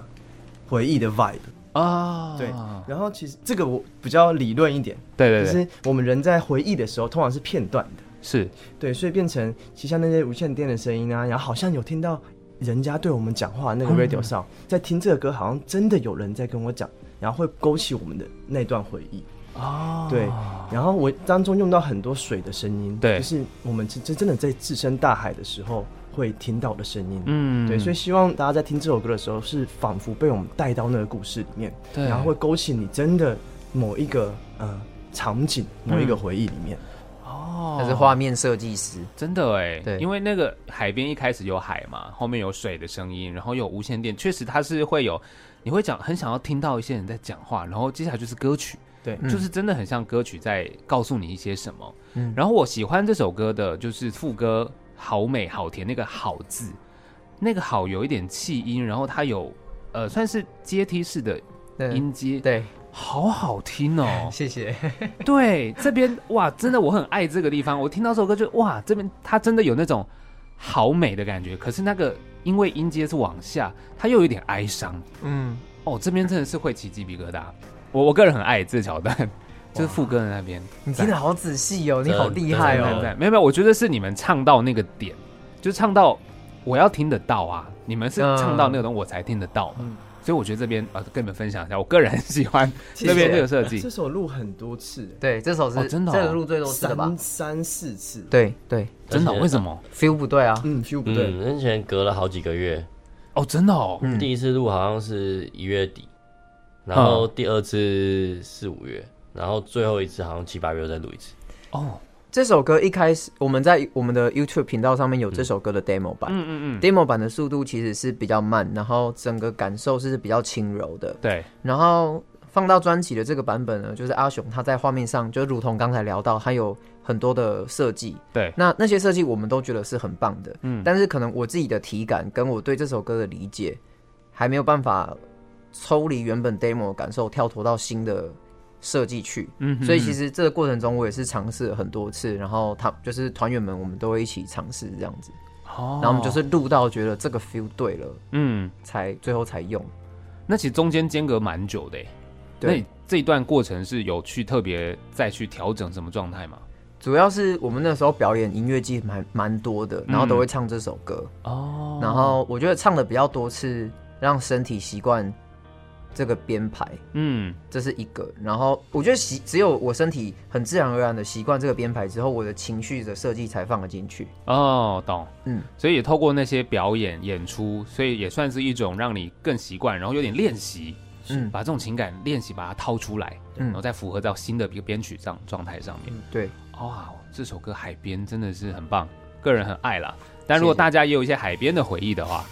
Speaker 3: 回忆的 vibe。
Speaker 1: 啊，
Speaker 3: 对，然后其实这个我比较理论一点，
Speaker 1: 对
Speaker 3: 就
Speaker 1: 对对，
Speaker 3: 是我们人在回忆的时候，通常是片段的，
Speaker 1: 是
Speaker 3: 对，所以变成其实像那些无线电的声音啊，然后好像有听到人家对我们讲话，那
Speaker 1: 嗯
Speaker 3: 个 radio 上、在听这个歌，好像真的有人在跟我讲，然后会勾起我们的那段回忆。
Speaker 1: 哦，
Speaker 3: 对，然后我当中用到很多水的声音，
Speaker 1: 对
Speaker 3: 就是我们真真真的在置身大海的时候会听到的声音，
Speaker 1: 嗯
Speaker 3: 对，所以希望大家在听这首歌的时候，是仿佛被我们带到那个故事里面，
Speaker 1: 对
Speaker 3: 然后会勾起你真的某一个呃场景、某
Speaker 1: 嗯
Speaker 3: 一个回忆里面。
Speaker 1: 哦，
Speaker 2: 他是画面设计师，
Speaker 1: 真的哎，
Speaker 2: 对
Speaker 1: 因为那个海边一开始有海嘛，后面有水的声音，然后有无线电，确实它是会有，你会讲很想要听到一些人在讲话，然后接下来就是歌曲，
Speaker 3: 对
Speaker 2: 嗯
Speaker 1: 就是真的很像歌曲在告诉你一些什么。
Speaker 2: 嗯
Speaker 1: 然后我喜欢这首歌的就是副歌“好美好甜”那个“好”字，那个“好”有一点气音，然后它有呃算是阶梯式的
Speaker 2: 对
Speaker 1: 音阶，
Speaker 2: 对，
Speaker 1: 好好听哦。
Speaker 2: 谢谢，
Speaker 1: 对，这边哇，真的我很爱这个地方。我听到这首歌就哇，这边它真的有那种好美的感觉。可是那个因为音阶是往下，它又有点哀伤
Speaker 2: 嗯，
Speaker 1: 哦。这边真的是会起鸡皮疙瘩。我我个人很爱这桥段，就是副歌的那边。
Speaker 2: 你听的好仔细哦，你
Speaker 4: 真
Speaker 2: 好厉
Speaker 1: 赞
Speaker 2: 害
Speaker 4: 真
Speaker 1: 赞
Speaker 4: 的
Speaker 2: 哦，
Speaker 1: 赞没有没有，我觉得是你们唱到那个点，就唱到我要听得到啊。你们是
Speaker 2: 嗯
Speaker 1: 唱到那个东西我才听得到嘛。所以我觉得这边呃，跟你们分享一下，我个人很喜欢
Speaker 3: 谢
Speaker 1: 这边
Speaker 2: 谢
Speaker 1: 这个设计
Speaker 3: 这。首录很多次，
Speaker 2: 对，这首
Speaker 1: 哦
Speaker 2: 是
Speaker 1: 真的哦
Speaker 2: 这个录最多次的吧
Speaker 3: 三？三四次，，
Speaker 2: 对对
Speaker 1: 真的哦、
Speaker 4: 而且
Speaker 1: 为什么？
Speaker 2: ，feel 不对啊，
Speaker 3: 嗯，feel 不对，
Speaker 4: 嗯，之前隔了好几个月，
Speaker 1: 哦，真的哦，
Speaker 2: 嗯
Speaker 4: 第一次录好像是一月底，然后第二次四五月，然后最后一次好像七八月又再录一次。
Speaker 1: 哦，
Speaker 2: 这首歌一开始我们在我们的 YouTube 频道上面有这首歌的 demo 版
Speaker 1: 嗯嗯嗯，
Speaker 2: ，demo 版的速度其实是比较慢，然后整个感受是比较轻柔的，
Speaker 1: 对。
Speaker 2: 然后放到专辑的这个版本呢，就是阿雄他在画面上，就如同刚才聊到，他有很多的设计。
Speaker 1: 对
Speaker 2: 那那些设计我们都觉得是很棒的，
Speaker 1: 嗯
Speaker 2: 嗯，但是可能我自己的体感跟我对这首歌的理解，还没有办法抽离原本 demo 的感受，跳脱到新的设计去。
Speaker 1: 嗯哼
Speaker 2: 所以其实这个过程中，我也是尝试了很多次，然后他就是团员们，我们都会一起尝试这样子，
Speaker 1: 哦
Speaker 2: 然后我们就是录到觉得这个 feel 对了，
Speaker 1: 嗯，
Speaker 2: 才最后才用。
Speaker 1: 那其实中间间隔蛮久的耶，欸那
Speaker 2: 对
Speaker 1: 你，这一段过程是有去特别再去调整什么状态吗？
Speaker 2: 主要是我们那时候表演音乐季蛮蛮多的，然后都会唱这首歌，
Speaker 1: 哦
Speaker 2: 然后我觉得唱的比较多次，让身体习惯这个编排，
Speaker 1: 嗯
Speaker 2: 这是一个。然后我觉得习只有我身体很自然而然的习惯这个编排之后，我的情绪的设计才放了进去。
Speaker 1: 哦懂，
Speaker 2: 嗯，
Speaker 1: 所以也透过那些表演演出，所以也算是一种让你更习惯，然后有点练习，
Speaker 2: 嗯
Speaker 1: 把这种情感练习把它掏出来，
Speaker 2: 嗯
Speaker 1: 然后再符合到新的一个编曲上状态上面。
Speaker 2: 对，
Speaker 1: 哇，这首歌《海边》真的是很棒，个人很爱啦。但如果大家也有一些海边的回忆的 话，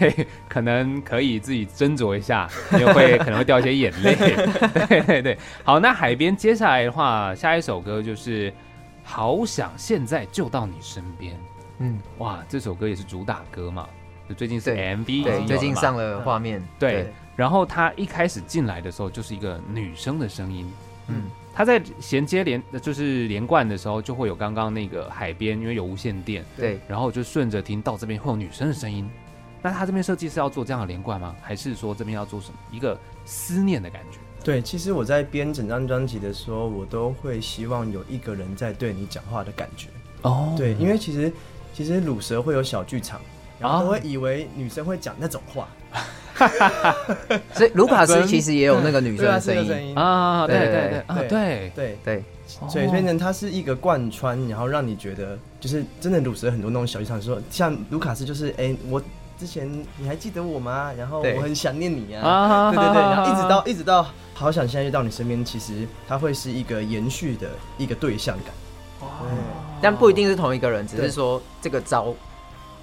Speaker 1: 对，可能可以自己斟酌一下，也会可能会掉一些眼泪。对对对，好，那海边接下来的话，下一首歌就是《好想现在就到你身边》。
Speaker 2: 嗯，
Speaker 1: 哇，这首歌也是主打歌嘛，就最近是
Speaker 2: 对
Speaker 1: MV 已经有
Speaker 2: 对，
Speaker 1: 了
Speaker 2: 最近
Speaker 1: 嘛
Speaker 2: 上了画
Speaker 3: 嗯
Speaker 2: 面，
Speaker 1: 对，然后他一开始进来的时候就是一个女生的声音，嗯
Speaker 2: 嗯，
Speaker 1: 他在衔接连就是连贯的时候就会有刚刚那个海边，因为有无线电，
Speaker 2: 对，
Speaker 1: 然后就顺着听到这边会有女生的声音。那他这边设计是要做这样的连贯吗？还是说这边要做什么一个思念的感觉？
Speaker 3: 对，其实我在编整张专辑的时候，我都会希望有一个人在对你讲话的感觉。
Speaker 1: 哦，
Speaker 3: 对，因为其实其实乳蛇会有小剧场，然
Speaker 2: 啊
Speaker 3: 后都会以为女生会讲那种话，
Speaker 2: 所以卢卡斯其实也有那个女生
Speaker 3: 对啊，
Speaker 2: 的
Speaker 3: 是
Speaker 2: 声
Speaker 3: 个
Speaker 2: 音，
Speaker 3: 声音，
Speaker 1: 啊，对
Speaker 2: 对
Speaker 1: 对
Speaker 2: 对
Speaker 1: 对啊
Speaker 3: 对
Speaker 1: 对，
Speaker 3: 对，
Speaker 2: 对，
Speaker 3: 所以变
Speaker 2: 哦
Speaker 3: 成它是一个贯穿，然后让你觉得就是真的乳蛇很多那种小剧场，说像卢卡斯就是哎、我之前你还记得我吗？然后
Speaker 2: 对
Speaker 3: 我很想念你啊，
Speaker 1: 啊
Speaker 3: 对对对，然后一直
Speaker 1: 到
Speaker 2: 啊
Speaker 3: 到一直到好想现在就到你身边，其实它会是一个延续的一个对象感。
Speaker 1: 哦
Speaker 2: 但不一定是同一个人，只
Speaker 3: 哦对
Speaker 2: 是说这个招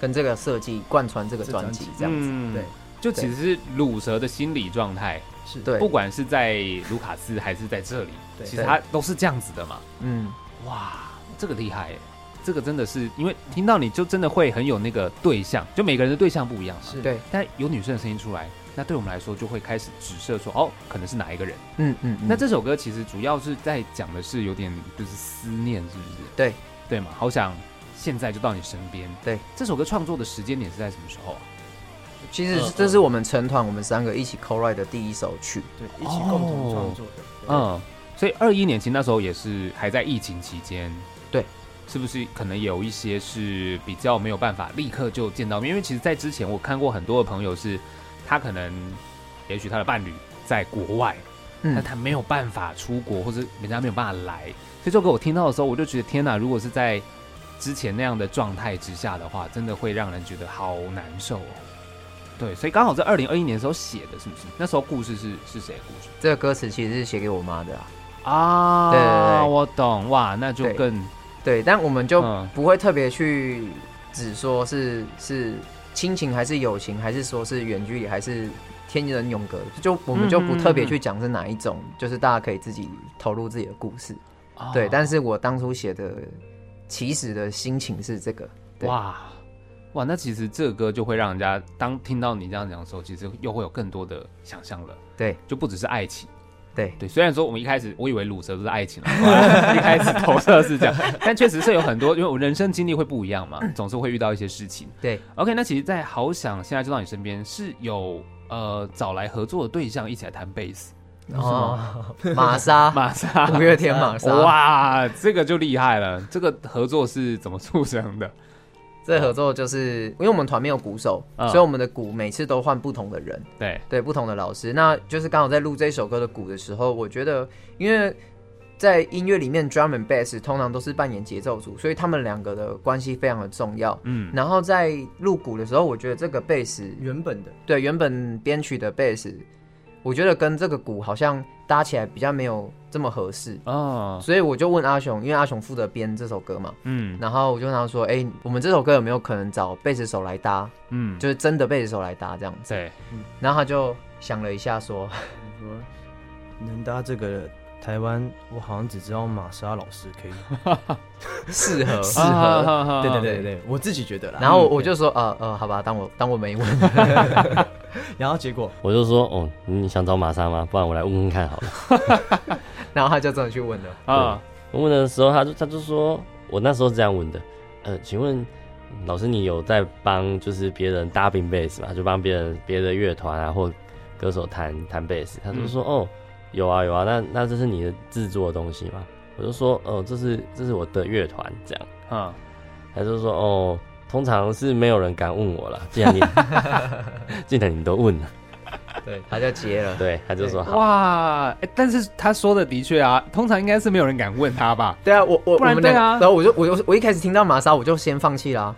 Speaker 2: 跟这个设计贯穿这个专辑这样子。
Speaker 1: 子
Speaker 3: 对，
Speaker 1: 嗯就其实是乳蛇的心理状态，
Speaker 3: 是
Speaker 2: 对
Speaker 1: 不管是在卢卡斯还是在这里，
Speaker 3: 对
Speaker 1: 其实它都是这样子的嘛。
Speaker 2: 嗯，
Speaker 1: 哇，这个厉害耶！这个真的是，因为听到你就真的会很有那个对象，就每个人的对象不一样嘛。
Speaker 3: 是
Speaker 2: 对，
Speaker 1: 但有女生的声音出来，那对我们来说就会开始指涉说，哦，可能是哪一个人。
Speaker 2: 嗯嗯，嗯
Speaker 1: 那这首歌其实主要是在讲的是有点就是思念，是不是？
Speaker 2: 对
Speaker 1: 对嘛，好想现在就到你身边。
Speaker 2: 对，
Speaker 1: 这首歌创作的时间点是在什么时候啊？
Speaker 2: 其实这是我们成团我们三个一起 co write 的第一首曲。
Speaker 3: 对，一起共同创作的。对
Speaker 1: 嗯，
Speaker 2: 哦
Speaker 1: 所以二一年其实那时候也是还在疫情期间，
Speaker 2: 对，
Speaker 1: 是不是可能有一些是比较没有办法立刻就见到面？因为其实，在之前我看过很多的朋友是，他可能也许他的伴侣在国外，但
Speaker 2: 嗯，
Speaker 1: 他没有办法出国，或者人家没有办法来，所以这首歌我听到的时候，我就觉得天哪！如果是在之前那样的状态之下的话，真的会让人觉得好难受哦。对，所以刚好在二零二一年的时候写的，是不是？那时候故事是是谁的故事？
Speaker 2: 这个歌词其实是写给我妈的啊。
Speaker 1: 啊，
Speaker 2: 对对对
Speaker 1: 我懂哇，那就
Speaker 2: 对
Speaker 1: 更
Speaker 2: 对，但我们就
Speaker 1: 嗯
Speaker 2: 不会特别去只说是是亲情还是友情，还是说是远距离还是。天人永隔，就我们就不特别去讲是哪一种，就是大家可以自己投入自己的故事。
Speaker 1: 哦
Speaker 2: 对，但是我当初写的起始的心情是这个，对
Speaker 1: 哇哇，那其实这个歌就会让人家当听到你这样讲的时候，其实又会有更多的想象了，
Speaker 2: 对
Speaker 1: 就不只是爱情。
Speaker 2: 对
Speaker 1: 对，虽然说我们一开始我以为乳蛇都是爱情了，后来一开始投射是 这样，但确实是有很多，因为我人生经历会不一样嘛，总是会遇到一些事情。
Speaker 2: 对，
Speaker 1: OK，那其实，在好想现在就到你身边是有呃找来合作的对象一起来弹贝斯，
Speaker 2: 然后哦 玛莎，
Speaker 1: 玛莎、
Speaker 2: 五月天玛莎，哇，
Speaker 1: 哇，这个就厉害了！这个合作是怎么促成的？
Speaker 2: 这合作就是因为我们团没有鼓手，
Speaker 1: 嗯
Speaker 2: 所以我们的鼓每次都换不同的人，
Speaker 1: 对，
Speaker 2: 对，不同的老师。那就是刚好在录这首歌的鼓的时候，我觉得因为。在音乐里面，drum and bass 通常都是扮演节奏组，所以他们两个的关系非常的重要。
Speaker 1: 嗯，
Speaker 2: 然后在录鼓的时候，我觉得这个 bass
Speaker 3: 原本的
Speaker 2: 对原本编曲的 bass，我觉得跟这个鼓好像搭起来比较没有这么合适，
Speaker 1: 哦，
Speaker 2: 所以我就问阿雄，因为阿雄负责编这首歌嘛，
Speaker 1: 嗯
Speaker 2: 然后我就问他说，哎、我们这首歌有没有可能找贝斯手来搭，
Speaker 1: 嗯，
Speaker 2: 就是真的贝斯手来搭这样子？
Speaker 1: 对，
Speaker 2: 然后他就想了一下说，
Speaker 3: 你说能搭这个台湾，我好像只知道玛莎老师 可以
Speaker 2: 适合。
Speaker 3: 适
Speaker 1: 啊
Speaker 3: 合。嗯对对
Speaker 1: 对
Speaker 3: 对对，我自己觉得啦。
Speaker 2: 哦然后我就说，呃呃，好吧，当我当我没问。
Speaker 3: 然后结果
Speaker 4: 我就说，哦，你想找玛莎吗？不然我来问问看好了。
Speaker 2: 然后他就真的去问了，
Speaker 1: 啊，
Speaker 4: 我问的时候，他就他就说，我那时候是这样问的，呃，请问老师你有在帮就是别人搭饼贝斯吗？就帮别人别的乐团啊或歌手弹弹贝斯？他就说，哦，有啊有啊，那那这是你的制作的东西吗？我就说，哦，这是这是我的乐团这样。
Speaker 1: 啊，
Speaker 4: 他就说，哦，通常是没有人敢问我了，既然你 既然你都问了，
Speaker 2: 对，他就接了。
Speaker 4: 对，他就说好。
Speaker 1: 哇，哎但是他说的的确啊，通常应该是没有人敢问他吧？
Speaker 2: 对啊，我我
Speaker 1: 不然
Speaker 2: 我们两个
Speaker 1: 对啊
Speaker 2: 然后我就我就我一开始听到玛莎，我就先放弃啦。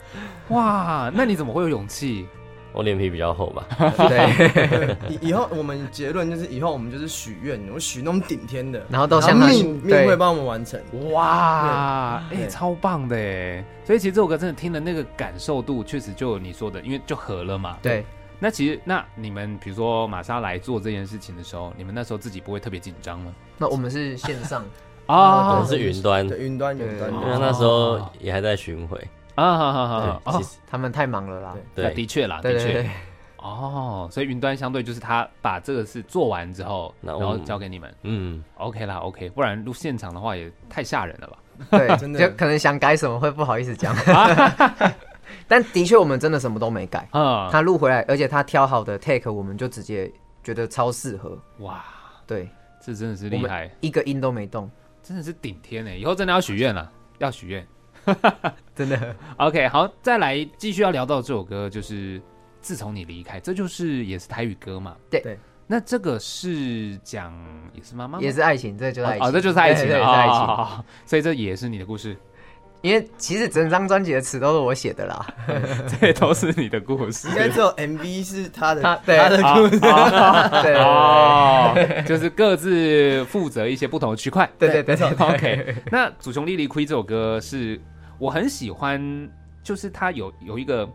Speaker 1: 哇，那你怎么会有勇气？
Speaker 4: 我脸皮比较厚吧，
Speaker 2: 对，
Speaker 3: 以以后我们结论就是，以后我们就是许愿，我许那种顶天 的，
Speaker 2: 然后到
Speaker 3: 然
Speaker 2: 现
Speaker 3: 后
Speaker 2: 在
Speaker 3: 命命
Speaker 2: 对
Speaker 3: 会帮我们完成。
Speaker 1: 哇，哎、
Speaker 3: 对对
Speaker 1: 超棒的哎！所以其实这首歌真的听的那个感受度，确实就有你说的，因为就合了嘛。
Speaker 2: 对，
Speaker 1: 那其实那你们比如说玛莎来做这件事情的时候，你们那时候自己不会特别紧张吗？
Speaker 2: 那我们是线上，
Speaker 4: 可
Speaker 1: 啊
Speaker 4: 能是云端，
Speaker 3: 对，云端云端
Speaker 4: 因
Speaker 2: 对
Speaker 4: 为那时候也还在巡回。
Speaker 1: 啊，好好好
Speaker 4: 对，
Speaker 1: 好哦
Speaker 4: 其，实
Speaker 2: 他们太忙了啦。
Speaker 1: 那
Speaker 4: 对。
Speaker 1: 的确啦，
Speaker 2: 对
Speaker 1: 的
Speaker 2: 对
Speaker 1: 确
Speaker 2: 对，
Speaker 1: 哦，所以云端相对就是他把这个事做完之后，
Speaker 4: 那
Speaker 1: 然
Speaker 4: 我
Speaker 1: 后
Speaker 4: 们
Speaker 1: 交给你们
Speaker 4: 嗯，
Speaker 1: ，OK 啦，OK，不然录现场的话也太吓人了吧？
Speaker 2: 对，
Speaker 3: 真的
Speaker 2: 就可能想改什么会不好意思讲，但的确我们真的什么都没改。
Speaker 1: 啊、
Speaker 2: 他录回来，而且他挑好的 take，我们就直接觉得超适合。
Speaker 1: 哇，
Speaker 2: 对，
Speaker 1: 这真的是
Speaker 2: 我
Speaker 1: 厉
Speaker 2: 们
Speaker 1: 害，
Speaker 2: 一个音都没动，
Speaker 1: 真的是顶天哎！以后真的要许愿了，要许愿。
Speaker 2: 真的。
Speaker 1: OK，好，再来继续要聊到这首歌，就是自从你离开，这就是也是台语歌嘛。
Speaker 2: 对
Speaker 3: 对
Speaker 1: 那这个是讲也是妈妈吗
Speaker 2: 也是爱情，这就是爱情，
Speaker 1: 哦，这就是爱情
Speaker 2: 对对
Speaker 1: 了，
Speaker 2: 对是爱
Speaker 1: 哦
Speaker 2: 情。
Speaker 1: 好好好所以这也是你的故事，
Speaker 2: 因为其实整张专辑的词都是我写的啦，
Speaker 1: 这都是你的故事
Speaker 3: 应。该只有 MV 是他的，
Speaker 2: 他对
Speaker 3: 他的
Speaker 1: 啊
Speaker 3: 故事。
Speaker 2: 对对
Speaker 1: 哦， 就是各自负责一些不同的区块。
Speaker 2: 对对对对 对
Speaker 1: OK，那《祖雄莉莉亏》这首歌是我很喜欢，就是它有有一个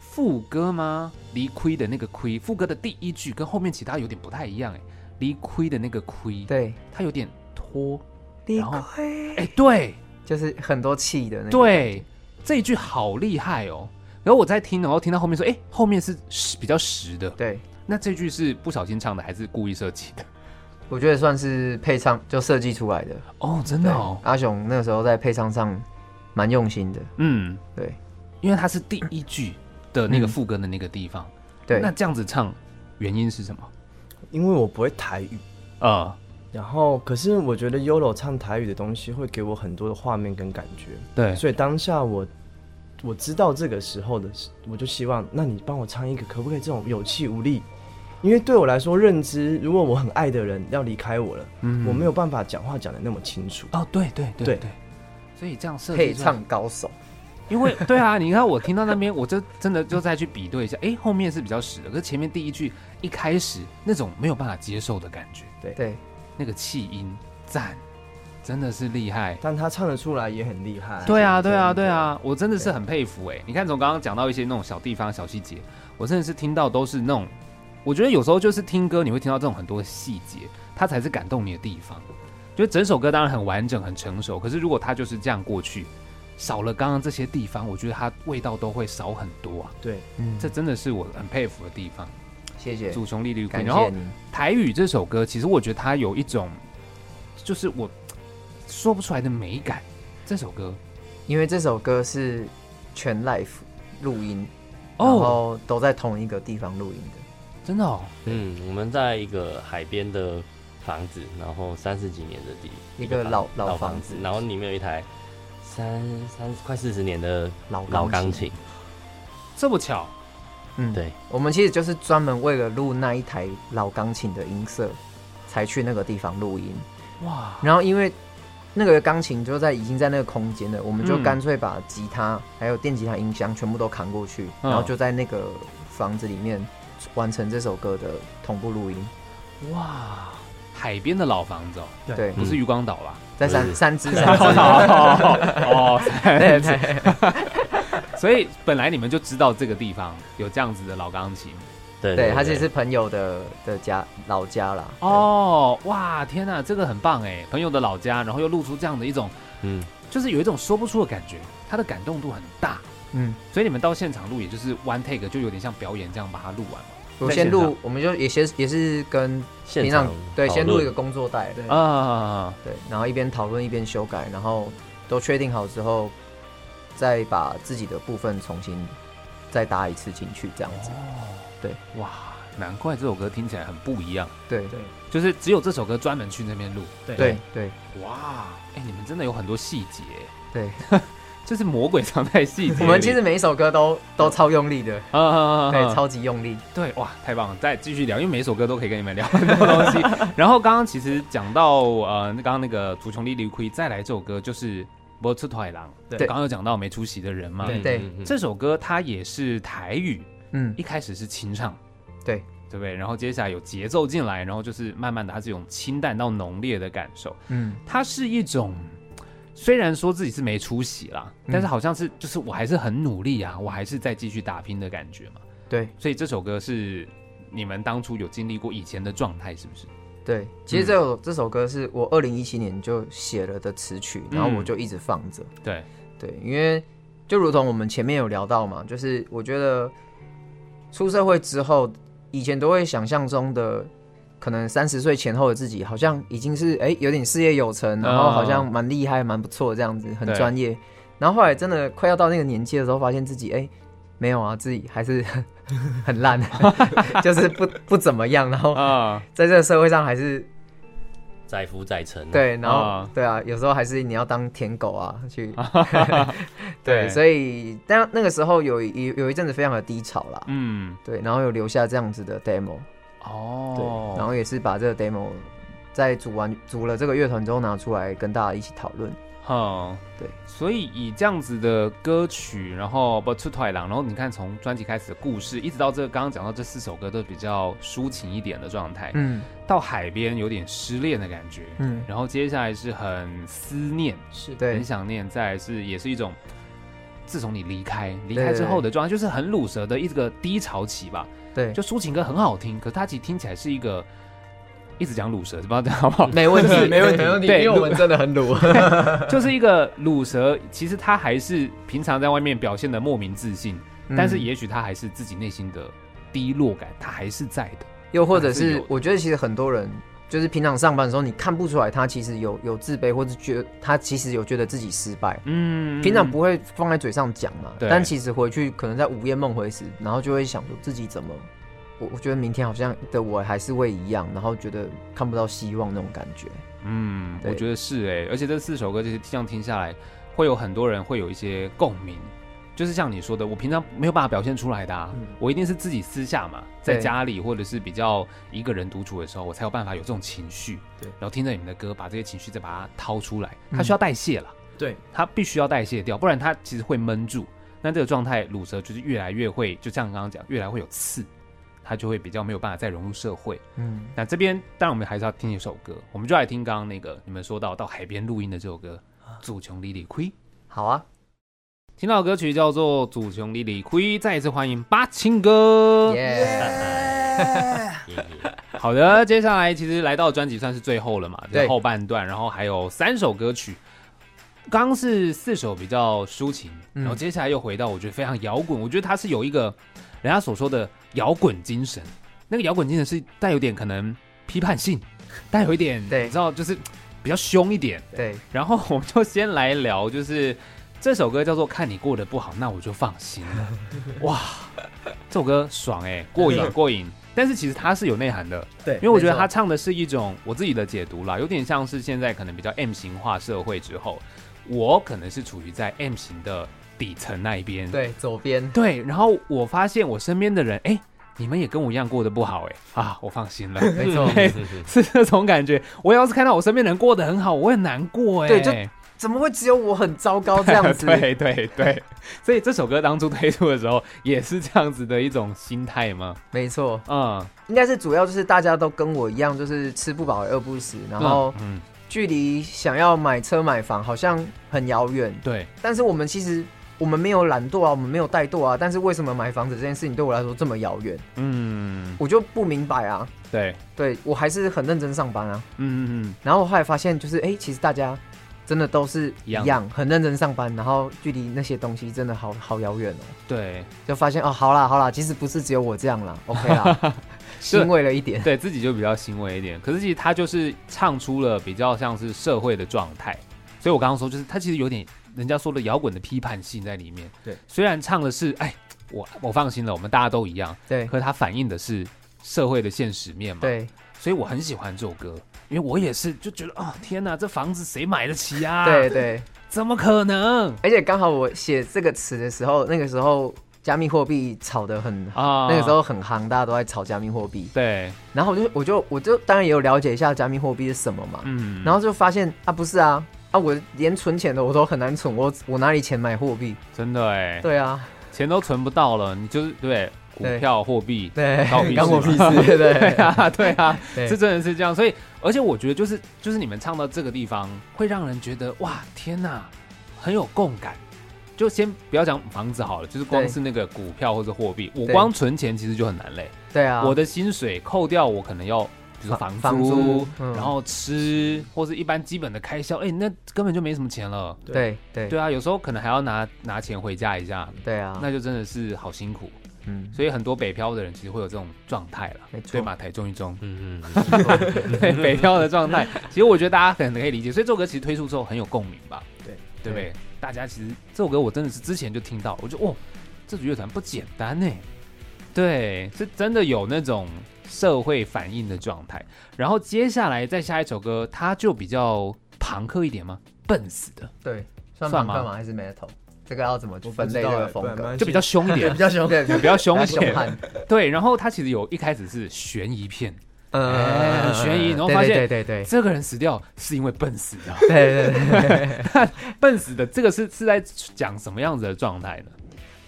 Speaker 1: 副歌吗？离亏的那个亏，副歌的第一句跟后面其他有点不太一样哎，离亏的那个亏，
Speaker 2: 对，
Speaker 1: 它有点拖，
Speaker 2: 离
Speaker 1: 然后
Speaker 2: 开
Speaker 1: 哎，对
Speaker 2: 就是很多气的那个，
Speaker 1: 对，这一句好厉害哦。然后我在听，然后听到后面说，哎，后面是实比较实的，
Speaker 2: 对，
Speaker 1: 那这句是不小心唱的还是故意设计的？
Speaker 2: 我觉得算是配唱就设计出来的。
Speaker 1: 哦，真
Speaker 2: 对
Speaker 1: 的哦，
Speaker 2: 阿雄那个时候在配唱上蛮用心的，
Speaker 1: 嗯，
Speaker 2: 对
Speaker 1: 因为它是第一句的那个副歌的那个地方。
Speaker 2: 对
Speaker 1: 那这样子唱，原因是什么？
Speaker 3: 因为我不会台语，
Speaker 1: 呃，
Speaker 3: 然后可是我觉得 YOLO 唱台语的东西会给我很多的画面跟感觉，
Speaker 1: 对，
Speaker 3: 所以当下我我知道这个时候的时，我就希望，那你帮我唱一个，可不可以这种有气无力？因为对我来说，认知如果我很爱的人要离开我了，
Speaker 1: 嗯
Speaker 3: 我没有办法讲话讲的那么清楚。
Speaker 1: 哦，对对对
Speaker 3: 对
Speaker 1: 对，所以这样设计
Speaker 2: 配
Speaker 1: 出来
Speaker 2: 唱，高手，
Speaker 1: 因为对啊，你看我听到那边，我就真的就再去比对一下，哎，后面是比较实的，可是前面第一句一开始那种没有办法接受的感觉，
Speaker 2: 对
Speaker 1: 那个气音赞，真的是厉害。
Speaker 3: 但他唱得出来也很厉害。
Speaker 1: 对啊，
Speaker 3: 真
Speaker 1: 对
Speaker 3: 的
Speaker 1: 啊，对。啊，我真的是很佩服哎、你看，从刚刚讲到一些那种小地方、小细节，我真的是听到都是那种，我觉得有时候就是听歌，你会听到这种很多细节，它才是感动你的地方。就整首歌当然很完整、很成熟，可是如果它就是这样过去，少了刚刚这些地方，我觉得它味道都会少很多啊。
Speaker 3: 对，
Speaker 2: 嗯，
Speaker 1: 这真的是我很佩服的地方。
Speaker 2: 谢谢，
Speaker 1: 祖雄丽丽
Speaker 2: 感
Speaker 1: 然后
Speaker 2: 谢你，
Speaker 1: 台语这首歌，其实我觉得它有一种，就是我说不出来的美感。这首歌
Speaker 2: 因为这首歌是全 live 录音，
Speaker 1: 哦
Speaker 2: 然后都在同一个地方录音的，
Speaker 1: 真的哦。
Speaker 4: 嗯，我们在一个海边的房子，然后三十几年的地，
Speaker 2: 一个老
Speaker 4: 老
Speaker 2: 老
Speaker 4: 房
Speaker 2: 房
Speaker 4: 子
Speaker 2: 子，
Speaker 4: 然后里面有一台三三快四十年的
Speaker 2: 老
Speaker 4: 老钢
Speaker 2: 钢
Speaker 4: 琴，
Speaker 1: 这么巧，
Speaker 2: 嗯，
Speaker 4: 对，
Speaker 2: 我们其实就是专门为了录那一台老钢琴的音色，才去那个地方录音。
Speaker 1: 哇，
Speaker 2: 然后因为那个钢琴就在已经在那个空间了，我们就
Speaker 1: 嗯
Speaker 2: 干脆把吉他还有电吉他音箱全部都扛过去，
Speaker 1: 嗯
Speaker 2: 然后就在那个房子里面完成这首歌的同步录音。
Speaker 1: 哇，海边的老房子哦，
Speaker 3: 对
Speaker 2: 对，
Speaker 1: 不是渔光岛吧？
Speaker 2: 在
Speaker 4: 嗯
Speaker 2: 三三支三 支，
Speaker 1: 哦
Speaker 2: 对
Speaker 1: 哦，
Speaker 2: 对
Speaker 1: 所以本来你们就知道这个地方有这样子的老钢琴，
Speaker 4: 对
Speaker 2: 对他其实是朋友的的家老家啦。
Speaker 1: 哦，哇，天哪，这个很棒哎，朋友的老家，然后又露出这样的一种，
Speaker 4: 嗯，
Speaker 1: 就是有一种说不出的感觉，它的感动度很大。
Speaker 2: 嗯，
Speaker 1: 所以你们到现场录，也就是 one take，就有点像表演这样把它录完嘛。
Speaker 2: 我
Speaker 1: 在
Speaker 2: 先
Speaker 1: 现
Speaker 2: 录，我们就也先也是跟
Speaker 4: 现
Speaker 2: 平
Speaker 4: 场
Speaker 2: 常对
Speaker 4: 讨
Speaker 2: 先录
Speaker 4: 论
Speaker 2: 一个工作带，
Speaker 3: 对
Speaker 1: 啊，
Speaker 2: 对，然后一边讨论一边修改，然后都确定好之后，再把自己的部分重新再搭一次进去，这样子。
Speaker 1: 哇，难怪这首歌听起来很不一样，
Speaker 2: 对
Speaker 3: 对
Speaker 1: 就是只有这首歌专门去那边录。
Speaker 3: 对
Speaker 2: 对对
Speaker 1: 哇，哎、你们真的有很多细节，
Speaker 2: 对，
Speaker 1: 就是魔鬼藏在细节里。
Speaker 2: 我 们其实每一首歌都都超用力的，
Speaker 1: 啊啊啊，啊
Speaker 2: 对，
Speaker 4: 嗯
Speaker 2: 超级用力。
Speaker 1: 对，哇，太棒了！再继续聊，因为每一首歌都可以跟你们聊很多东西。然后刚刚其实讲到呃，那刚刚那个《足球力力亏》，再来这首歌就是《我出团狼》，
Speaker 3: 对
Speaker 1: 刚刚有讲到没出息的人嘛。
Speaker 4: 嗯
Speaker 2: 对
Speaker 1: 这首歌它也是台语，
Speaker 2: 嗯
Speaker 1: 一开始是清唱，
Speaker 2: 对
Speaker 1: 对不对？然后接下来有节奏进来，然后就是慢慢的，它是一种清淡到浓烈的感受。
Speaker 2: 嗯，
Speaker 1: 它是一种虽然说自己是没出息啦，但是
Speaker 2: 嗯
Speaker 1: 好像是就是我还是很努力啊，我还是在继续打拼的感觉嘛。
Speaker 2: 对
Speaker 1: 所以这首歌是你们当初有经历过以前的状态，是不是？
Speaker 2: 对。其实这首、这首歌是我二零一七年就写了的词曲，
Speaker 4: 嗯
Speaker 2: 然后我就一直放着。
Speaker 1: 对，
Speaker 2: 对，因为就如同我们前面有聊到嘛，就是我觉得出社会之后，以前都会想象中的可能三十岁前后的自己，好像已经是哎、有点事业有成，然后好像蛮厉害、蛮不错这样子，
Speaker 1: 嗯
Speaker 2: 很
Speaker 1: 对
Speaker 2: 专业。然后后来真的快要到那个年纪的时候，发现自己哎、没有啊，自己还是 很烂， 就是不不怎么样。然后
Speaker 1: 啊，
Speaker 2: 在这个社会上还是
Speaker 4: 载浮载沉啊，
Speaker 2: 对，然后、
Speaker 1: 啊
Speaker 2: 对啊，有时候还是你要当舔狗啊，去
Speaker 1: 对
Speaker 2: 对，所以但那个时候有一有有一阵子非常的低潮啦，
Speaker 1: 嗯，
Speaker 2: 对，然后有留下这样子的 demo，对，
Speaker 1: 哦，
Speaker 2: 然后也是把这个 demo 在组完组了这个乐团之后拿出来跟大家一起讨论，
Speaker 1: 哼，
Speaker 2: 对，
Speaker 1: 所以以这样子的歌曲，然后不出太郎，然后你看从专辑开始的故事，一直到这刚刚讲到这四首歌都比较抒情一点的状态，
Speaker 2: 嗯
Speaker 1: 到海边有点失恋的感觉，
Speaker 2: 嗯，
Speaker 1: 然后接下来是很思念，
Speaker 3: 是
Speaker 2: 对
Speaker 1: 很想念，再来是也是一种。自从你离开，离
Speaker 2: 对
Speaker 1: 开
Speaker 2: 对
Speaker 1: 之
Speaker 2: 对
Speaker 1: 后的状态就是很鲁蛇的一个低潮期吧，
Speaker 2: 对，
Speaker 1: 就抒情歌很好听，可是它其实听起来是一个一直讲卤舌，不知 道这样好不好？
Speaker 2: 没问 题，
Speaker 3: 没问题没问
Speaker 1: 题
Speaker 2: 对，
Speaker 1: 因为我们
Speaker 2: 真的很鲁，
Speaker 1: 就是一个卤舌，其实他还是平常在外面表现的莫名自信，
Speaker 2: 嗯
Speaker 1: 但是也许他还是自己内心的低落感，他还是在的。
Speaker 2: 又或者
Speaker 1: 还是有
Speaker 2: 是
Speaker 1: 的
Speaker 2: 我觉得其实很多人。就是平常上班的时候，你看不出来他其实有有自卑，或者觉他其实有觉得自己失败，
Speaker 1: 嗯
Speaker 2: 平常不会放在嘴上讲嘛，
Speaker 1: 对
Speaker 2: 但其实回去可能在午夜梦回时，然后就会想说自己怎么，我我觉得明天好像的我还是会一样，然后觉得看不到希望那种感觉。
Speaker 1: 嗯，我
Speaker 2: 对
Speaker 1: 觉得是哎、而且这四首歌就是这样听下来，会有很多人会有一些共鸣。就是像你说的，我平常没有办法表现出来的、啊，
Speaker 3: 嗯
Speaker 1: 我一定是自己私下嘛，在
Speaker 2: 对
Speaker 1: 家里或者是比较一个人独处的时候，我才有办法有这种情绪。
Speaker 3: 对
Speaker 1: 然后听着你们的歌，把这些情绪再把它掏出来，
Speaker 2: 嗯
Speaker 1: 它需要代谢了。
Speaker 3: 对，
Speaker 1: 它必须要代谢掉，不然它其实会闷住。那这个状态，乳蛇就是越来越会，就像刚刚讲，越来会有刺，它就会比较没有办法再融入社会。
Speaker 2: 嗯，
Speaker 1: 那这边当然我们还是要听一首歌，我们就来听刚刚那个你们说到到海边录音的这首歌《祖琼里里亏》。
Speaker 2: 好啊，
Speaker 1: 听到的歌曲叫做《祖琼里里亏》，再一次欢迎八清哥。
Speaker 2: 耶、
Speaker 4: 耶耶，
Speaker 1: 好的，接下来其实来到专辑算是最后了嘛，就是
Speaker 2: 对
Speaker 1: 后半段，然后还有三首歌曲。刚是四首比较抒情，
Speaker 2: 嗯
Speaker 1: 然后接下来又回到我觉得非常摇滚，我觉得它是有一个人家所说的摇滚精神，那个摇滚精神是带有点可能批判性，带有一点
Speaker 2: 对
Speaker 1: 你知道就是比较凶一点。
Speaker 2: 对，
Speaker 1: 然后我们就先来聊，就是这首歌叫做《看你过得不好，那我就放心 了》。哇，这首歌爽哎、过瘾过瘾。但是其实它是有内涵的，
Speaker 3: 对
Speaker 1: 因为我觉得
Speaker 2: 没错
Speaker 1: 他唱的是一种我自己的解读啦，有点像是现在可能比较 M 型化社会之后，我可能是处于在 M 型的底层那一边，
Speaker 2: 对，左边，
Speaker 1: 对，然后我发现我身边的人，哎，你们也跟我一样过得不好，哎，啊，我放 心了，
Speaker 2: 没错，
Speaker 1: 是这种感觉。我要是看到我身边的人过得很好，我会很难过哎。
Speaker 2: 对就怎么会只有我很糟糕这样 子？
Speaker 1: 对对对，所以这首歌当初推出的时候也是这样子的一种心态吗？
Speaker 2: 没错，
Speaker 1: 嗯，
Speaker 2: 应该是主要就是大家都跟我一样，就是吃不饱饿不死，然后
Speaker 1: 嗯，嗯
Speaker 2: 距离想要买车买房好像很遥远，
Speaker 1: 对，
Speaker 2: 但是我们其实我们没有懒惰啊，我们没有怠惰啊，但是为什么买房子这件事情对我来说这么遥远？
Speaker 1: 嗯，
Speaker 2: 我就不明白啊。
Speaker 1: 对，
Speaker 2: 对我还是很认真上班啊。
Speaker 1: 嗯嗯
Speaker 2: 然后我后来发现，就是哎、诶其实大家真的都是一样，
Speaker 1: 一样
Speaker 2: 很认真上班，然后距离那些东西真的好好遥远哦。
Speaker 1: 嗯， 对
Speaker 2: 就发现哦，好啦好啦，其实不是只有我这样啦，OK 啦，欣慰了一点。
Speaker 1: 对，自己就比较欣慰一点。可是其实他就是唱出了比较像是社会的状态，所以我刚刚说就是他其实有点人家说的摇滚的批判性在里面。
Speaker 3: 对，
Speaker 1: 虽然唱的是哎，我我放心了，我们大家都一样，
Speaker 2: 对
Speaker 1: 可是它反映的是社会的现实面嘛。
Speaker 2: 对
Speaker 1: 所以我很喜欢这首歌，因为我也是就觉得哦，天哪，这房子谁买得起啊？
Speaker 2: 对，对，
Speaker 1: 怎么可能
Speaker 2: 而且刚好我写这个词的时候，那个时候加密货币炒得很，
Speaker 1: 啊？
Speaker 2: 那个时候很夯，大家都在炒加密货币。
Speaker 1: 对，
Speaker 2: 然后我就我就我就当然也有了解一下加密货币是什么嘛，
Speaker 1: 嗯，
Speaker 2: 然后就发现啊不是啊啊我连存钱的我都很难存，我我哪里钱买货币？
Speaker 1: 真的哎，
Speaker 2: 对啊，
Speaker 1: 钱都存不到了，你就是对股
Speaker 2: 对
Speaker 1: 票、货币，
Speaker 2: 对
Speaker 1: 关我屁，事
Speaker 2: 干我屁
Speaker 1: 嘛
Speaker 2: 事，
Speaker 1: 对
Speaker 2: 对
Speaker 1: 啊，对啊，
Speaker 2: 对
Speaker 1: 这真的是这样。所以，而且我觉得就是就是你们唱到这个地方，会让人觉得哇，天哪，很有共感。就先不要讲房子好了，就是光
Speaker 2: 对
Speaker 1: 是那个股票或者货币，我
Speaker 2: 对
Speaker 1: 光存钱其实就很难嘞。
Speaker 2: 对啊，
Speaker 1: 我的薪水扣掉我可能要，比如说房
Speaker 2: 房
Speaker 1: 租，
Speaker 2: 房租嗯
Speaker 1: 然后吃或是一般基本的开销，哎、那根本就没什么钱了。
Speaker 2: 对对
Speaker 1: 对啊，有时候可能还要拿拿钱回家一下，
Speaker 2: 对啊，
Speaker 1: 那就真的是好辛苦。
Speaker 2: 嗯
Speaker 1: 所以很多北漂的人其实会有这种状态了
Speaker 2: 没，错
Speaker 1: 对嘛？台中一中
Speaker 4: 嗯嗯，
Speaker 1: 对北漂的状态，其实我觉得大家可能可以理解。所以这首歌其实推出之后很有共鸣吧，
Speaker 3: 对
Speaker 1: 对不对？大家其实这首歌我真的是之前就听到，我就哦，这组乐团不简单呢，对，是真的有那种社会反应的状态。然后接下来再下一首歌，它就比较朋克一点吗？笨死的，
Speaker 2: 对，算
Speaker 1: 算
Speaker 2: 蛮
Speaker 1: 吗
Speaker 2: 干嘛还是 metal？这个要怎么去
Speaker 3: 我不
Speaker 2: 分
Speaker 3: 知
Speaker 2: 类这
Speaker 3: 道
Speaker 2: 个
Speaker 3: 欸
Speaker 2: 风
Speaker 3: 不然
Speaker 2: 格？
Speaker 3: 蛮
Speaker 1: 就比较凶一
Speaker 2: 对，
Speaker 1: 点
Speaker 2: 比，较凶，对，
Speaker 1: 比较凶
Speaker 2: 比较
Speaker 1: 一
Speaker 2: 凶
Speaker 1: 点。
Speaker 2: 悍，
Speaker 1: 对，然后它其实有一开始是悬疑片。
Speaker 3: 呃
Speaker 1: 哎很悬疑然后
Speaker 2: 对
Speaker 1: 发现
Speaker 2: 对对对
Speaker 1: 这个人死掉是因为笨死的，
Speaker 2: 对对对对。
Speaker 1: 笨死的这个是是在讲什么样子的状态呢？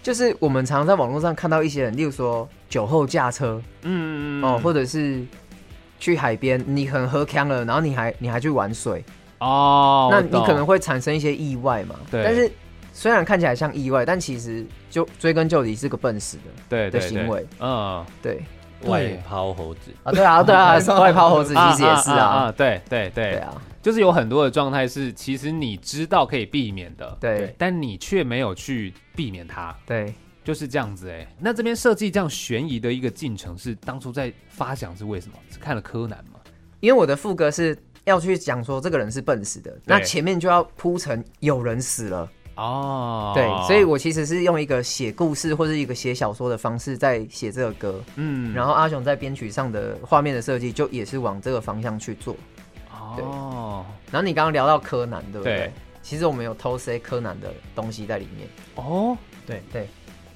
Speaker 2: 就是我们常在网络上看到一些人，例如说酒后驾车
Speaker 1: 嗯
Speaker 2: 哦，或者是去海边，你很喝呛了，然后你还你还去玩水，
Speaker 1: 哦，
Speaker 2: 那
Speaker 1: 我
Speaker 2: 你
Speaker 1: 懂
Speaker 2: 可能会产生一些意外嘛。
Speaker 1: 对
Speaker 2: 但是虽然看起来像意外，但其实就追根究底是个笨死的。
Speaker 1: 对
Speaker 2: 的
Speaker 1: 对
Speaker 2: 行为，
Speaker 1: 对嗯，
Speaker 2: 对
Speaker 4: 外抛猴子，
Speaker 2: 啊，对啊，对啊，外抛猴子其实也是啊，，
Speaker 1: 对对
Speaker 2: 对
Speaker 1: 对，
Speaker 2: 啊，
Speaker 1: 就是有很多的状态是其实你知道可以避免的，
Speaker 2: 对
Speaker 1: 但你却没有去避免它，
Speaker 2: 对，
Speaker 1: 就是这样子哎。那这边设计这样悬疑的一个进程是当初在发想是为什么？是看了柯南吗？
Speaker 2: 因为我的副歌是要去讲说这个人是笨死的，那前面就要铺成有人死了。
Speaker 1: 哦，
Speaker 2: 对，所以我其实是用一个写故事或是一个写小说的方式在写这个歌，
Speaker 1: 嗯
Speaker 2: 然后阿雄在编曲上的画面的设计就也是往这个方向去做。
Speaker 1: 哦
Speaker 2: 然后你刚刚聊到柯南，对不对？
Speaker 1: 对
Speaker 2: 其实我们有偷塞柯南的东西在里面。
Speaker 1: 哦，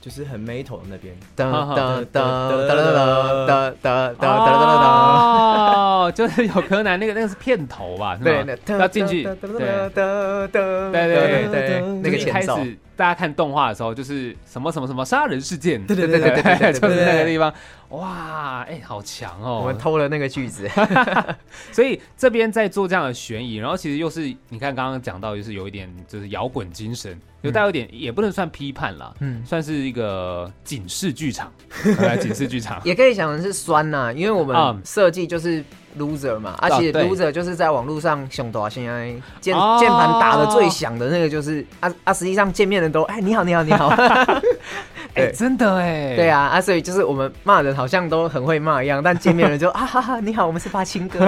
Speaker 3: 就是很 metal 的那边，
Speaker 2: 噔
Speaker 1: 好好
Speaker 2: 噔噔噔噔噔噔噔噔噔
Speaker 1: 哦，就是有柯南那个那个是片头吧？是吗
Speaker 2: 对，
Speaker 1: 要进去，
Speaker 2: 噔
Speaker 1: 对
Speaker 2: 噔噔噔噔对对对，那
Speaker 1: 就
Speaker 2: 个
Speaker 1: 是一开
Speaker 2: 前奏，
Speaker 1: 始大家看动画的时候，就是什么什么什么杀人事件，
Speaker 3: 对对对对
Speaker 2: 对
Speaker 3: 对
Speaker 2: 对对
Speaker 1: 就是那个地方，哇，哎，好强
Speaker 2: 我们
Speaker 1: 哦！
Speaker 2: 偷了那个句子。
Speaker 1: 所以这边在做这样的悬疑，然后其实又是你看刚刚讲到，就是有一点就是摇滚精神，就带有点也不能算批判啦，
Speaker 2: 嗯
Speaker 1: 算是一个警示剧场，来警示剧场，
Speaker 2: 也可以想成是酸呐、因为我
Speaker 1: 嗯
Speaker 2: 们设计就是 loser 嘛，而且
Speaker 1: 啊对
Speaker 2: loser 就是在网络上啊熊大现在键
Speaker 1: 哦
Speaker 2: 键盘打的最响的那个就是啊啊，实际上见面的都哎你好你好你 好，
Speaker 1: 哎，
Speaker 2: 对
Speaker 1: 真的哎，
Speaker 2: 对啊啊，所以就是我们骂人好像都很会骂一样，但见 面了就啊哈哈你好，我们是八青哥，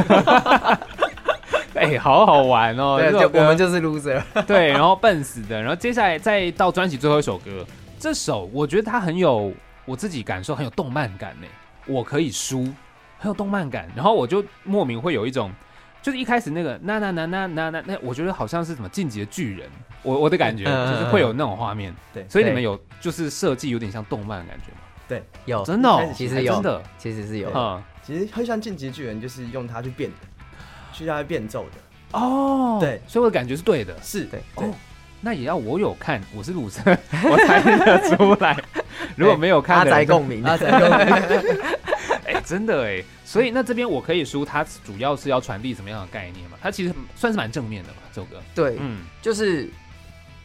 Speaker 1: 哎，好好玩哦，
Speaker 2: 对，
Speaker 1: 这
Speaker 2: 就
Speaker 1: 首
Speaker 2: 我
Speaker 1: 歌
Speaker 2: 们就是 loser，
Speaker 1: 对，然后笨死的，然后接下来再到专辑最后一首歌，这首我觉得它很有我自己感受，很有动漫感呢。我可以输，很有动漫感，然后我就莫名会有一种，就是一开始那个那那那那那那那，我觉得好像是什么进击的巨人，我我的感觉
Speaker 2: 嗯
Speaker 1: 就是会有那种画面。
Speaker 3: 对
Speaker 1: 所以你们
Speaker 2: 对
Speaker 1: 有就是设计有点像动漫的感觉吗？
Speaker 2: 有
Speaker 1: 真的哦
Speaker 3: 一开始
Speaker 2: 其实
Speaker 1: 还
Speaker 2: 有
Speaker 1: 真的，
Speaker 2: 其实是有，
Speaker 1: 嗯，
Speaker 3: 其实会像进击巨人，就是用它去变，去让它变奏的，
Speaker 1: 哦，
Speaker 3: 对
Speaker 1: 所以我的感觉是对的。
Speaker 3: 是
Speaker 2: 对
Speaker 3: 对
Speaker 1: 哦，那也要我有看，我是鲁生， 我才认得出来。如果没有看
Speaker 2: 阿
Speaker 1: 的人
Speaker 2: 宅 共鸣，阿宅共 鸣，
Speaker 1: 哎、真的哎，所以那这边我可以说，它主要是要嗯传递什么样的概念嘛？它其实算是蛮正面的嘛，这首歌。
Speaker 2: 对，
Speaker 1: 嗯，
Speaker 2: 就是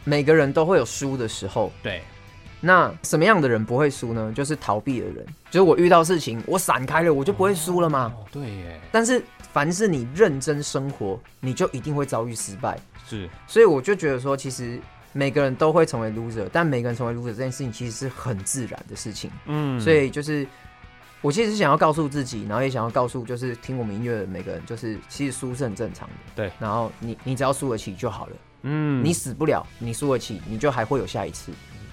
Speaker 2: 每个人都会有输的时候。
Speaker 1: 对，
Speaker 2: 那什么样的人不会输呢？就是逃避的人，就是我遇到事情我闪开了，我就不会输了嘛。
Speaker 1: 哦，对耶，
Speaker 2: 但是凡是你认真生活，你就一定会遭遇失败。
Speaker 1: 是
Speaker 2: 所以我就觉得说，其实每个人都会成为 loser，但每个人成为 loser 这件事情其实是很自然的事情。
Speaker 1: 嗯，
Speaker 2: 所以就是我其实是想要告诉自己，然后也想要告诉就是听我们音乐的每个人，就是其实输是很正常的。
Speaker 1: 对
Speaker 2: 然后你你只要输得起就好了，
Speaker 1: 嗯
Speaker 2: 你死不了，你输得起，你就还会有下一次。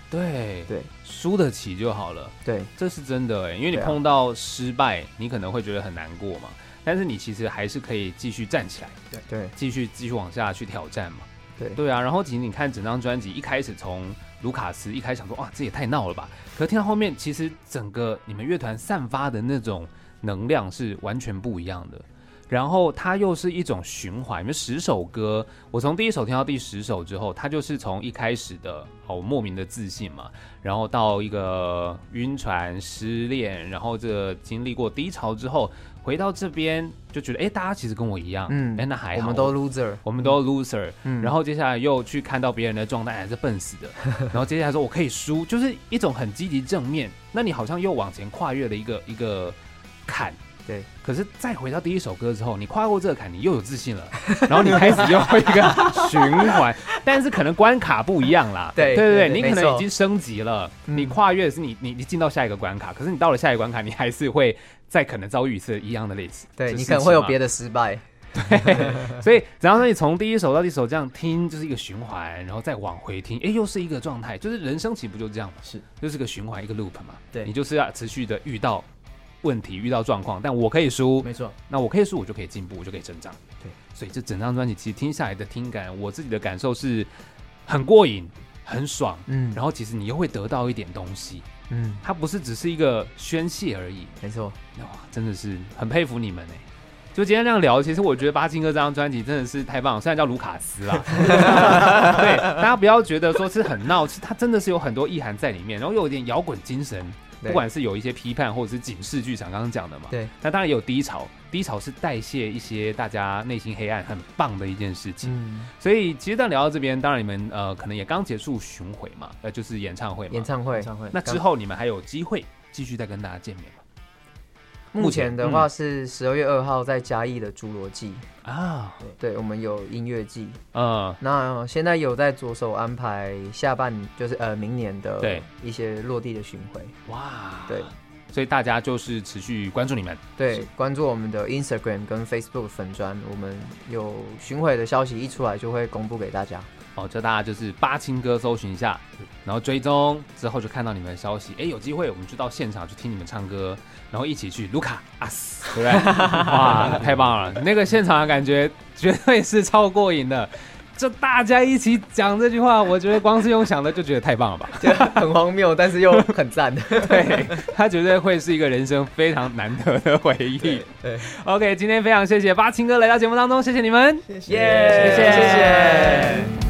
Speaker 1: 对
Speaker 2: 对
Speaker 1: 输得起就好了，
Speaker 2: 对
Speaker 1: 这是真的哎，因为你
Speaker 2: 对啊
Speaker 1: 碰到失败，你可能会觉得很难过嘛，但是你其实还是可以继续站起来，
Speaker 2: 对
Speaker 1: 继续继续往下去挑战嘛。
Speaker 2: 对
Speaker 1: 对啊，然后其实你看整张专辑，一开始从卢卡斯一开始想说哇这也太闹了吧，可是听到后面，其实整个你们乐团散发的那种能量是完全不一样的。然后它又是一种循环，因为十首歌，我从第一首听到第十首之后，它就是从一开始的哦莫名的自信嘛，然后到一个晕船、失恋，然后这个经历过低潮之后，回到这边就觉得哎，大家其实跟我一样，嗯，
Speaker 2: 嗯
Speaker 1: 哎那还好，
Speaker 2: 我们都 loser。
Speaker 1: 我们都 loser，、
Speaker 2: 嗯
Speaker 1: 然后接下来又去看到别人的状态还是笨 死的，然后接下来说我可以输，就是一种很积极正面，那你好像又往前跨越了一个一个坎。
Speaker 2: 对，
Speaker 1: 可是再回到第一首歌之后，你跨过这个坎，你又有自信 了，然后你开始又一个循环，但是可能关卡不一样啦。
Speaker 2: 对
Speaker 1: 对
Speaker 2: 对对
Speaker 1: 你可
Speaker 2: 没
Speaker 1: 能
Speaker 2: 错
Speaker 1: 已经升级了，
Speaker 2: 嗯
Speaker 1: 你跨越的是你你你进到下一个关卡，可是你到了下一个关卡，你还是会再可能遭遇一次一样的类似，
Speaker 2: 对
Speaker 1: 这
Speaker 2: 你
Speaker 1: 事
Speaker 2: 可能会有
Speaker 1: 情嘛
Speaker 2: 别的失败，
Speaker 1: 所以，然后呢，你从第一首到第一首这样听，就是一个循环，然后再往回听，哎，又是一个状态，就是人生岂不就这样吗？
Speaker 3: 是，
Speaker 1: 就是个循环，一个 loop 嘛。
Speaker 3: 对
Speaker 1: 你就是要持续的遇到问题，遇到状况，但我可以输，
Speaker 3: 没错，
Speaker 1: 那我可以输，我就可以进步，我就可以成长。
Speaker 3: 对，
Speaker 1: 所以这整张专辑其实听下来的听感，我自己的感受是很过瘾，很爽，
Speaker 2: 嗯
Speaker 1: 然后其实你又会得到一点东西，
Speaker 2: 嗯，
Speaker 1: 它不是只是一个宣泄而已，
Speaker 2: 没错，
Speaker 1: 哇，真的是很佩服你们哎。就今天这样聊，其实我觉得巴金哥这张专辑真的是太棒了，虽然叫卢卡斯啦， 对，大家不要觉得说是很闹，是它真的是有很多意涵在里面，然后又有点摇滚精神，
Speaker 2: 对
Speaker 1: 不管是有一些批判或者是警示剧场刚刚讲的嘛，
Speaker 2: 对，
Speaker 1: 那当然也有低潮，低潮是代谢一些大家内心黑暗，很棒的一件事情。
Speaker 2: 嗯，
Speaker 1: 所以其实在聊到这边，当然你们呃可能也刚结束巡回嘛，呃就是演唱会嘛，
Speaker 2: 演唱会
Speaker 3: 演。唱会
Speaker 1: 那之后你们还有机会继续再跟大家见面吗？
Speaker 2: 目前的话是十二月二号在嘉义的侏罗纪，
Speaker 1: 啊，
Speaker 2: 对我们有音乐季，
Speaker 1: 嗯。
Speaker 2: 那现在有在着手安排下半，就是呃明年的
Speaker 1: 对啊
Speaker 2: 一些落地的巡回，
Speaker 1: 哇，
Speaker 2: 对，
Speaker 1: 所以大家就是持续关注你们。
Speaker 2: 对，关注我们的 Instagram 跟 Facebook 粉专，我们有巡回的消息一出来就会公布给大家。
Speaker 1: 哦，就大家就是八青哥搜寻一下，然后追踪之后就看到你们的消息。哎，有机会我们就到现场去听你们唱歌，然后一起去卢卡阿斯，对不对？ 哇，太棒了！那个现场的感觉绝对是超过瘾的。就大家一起讲这句话，我觉得光是用想的就觉得太棒 了吧？
Speaker 2: 很荒谬，但是又很赞。
Speaker 1: 对，它绝对会是一个人生非常难得的回忆。
Speaker 2: 对
Speaker 1: OK，今天非常谢谢八青哥来到节目当中，谢谢你们。
Speaker 3: 谢
Speaker 2: 耶，
Speaker 1: 谢谢
Speaker 2: 谢谢。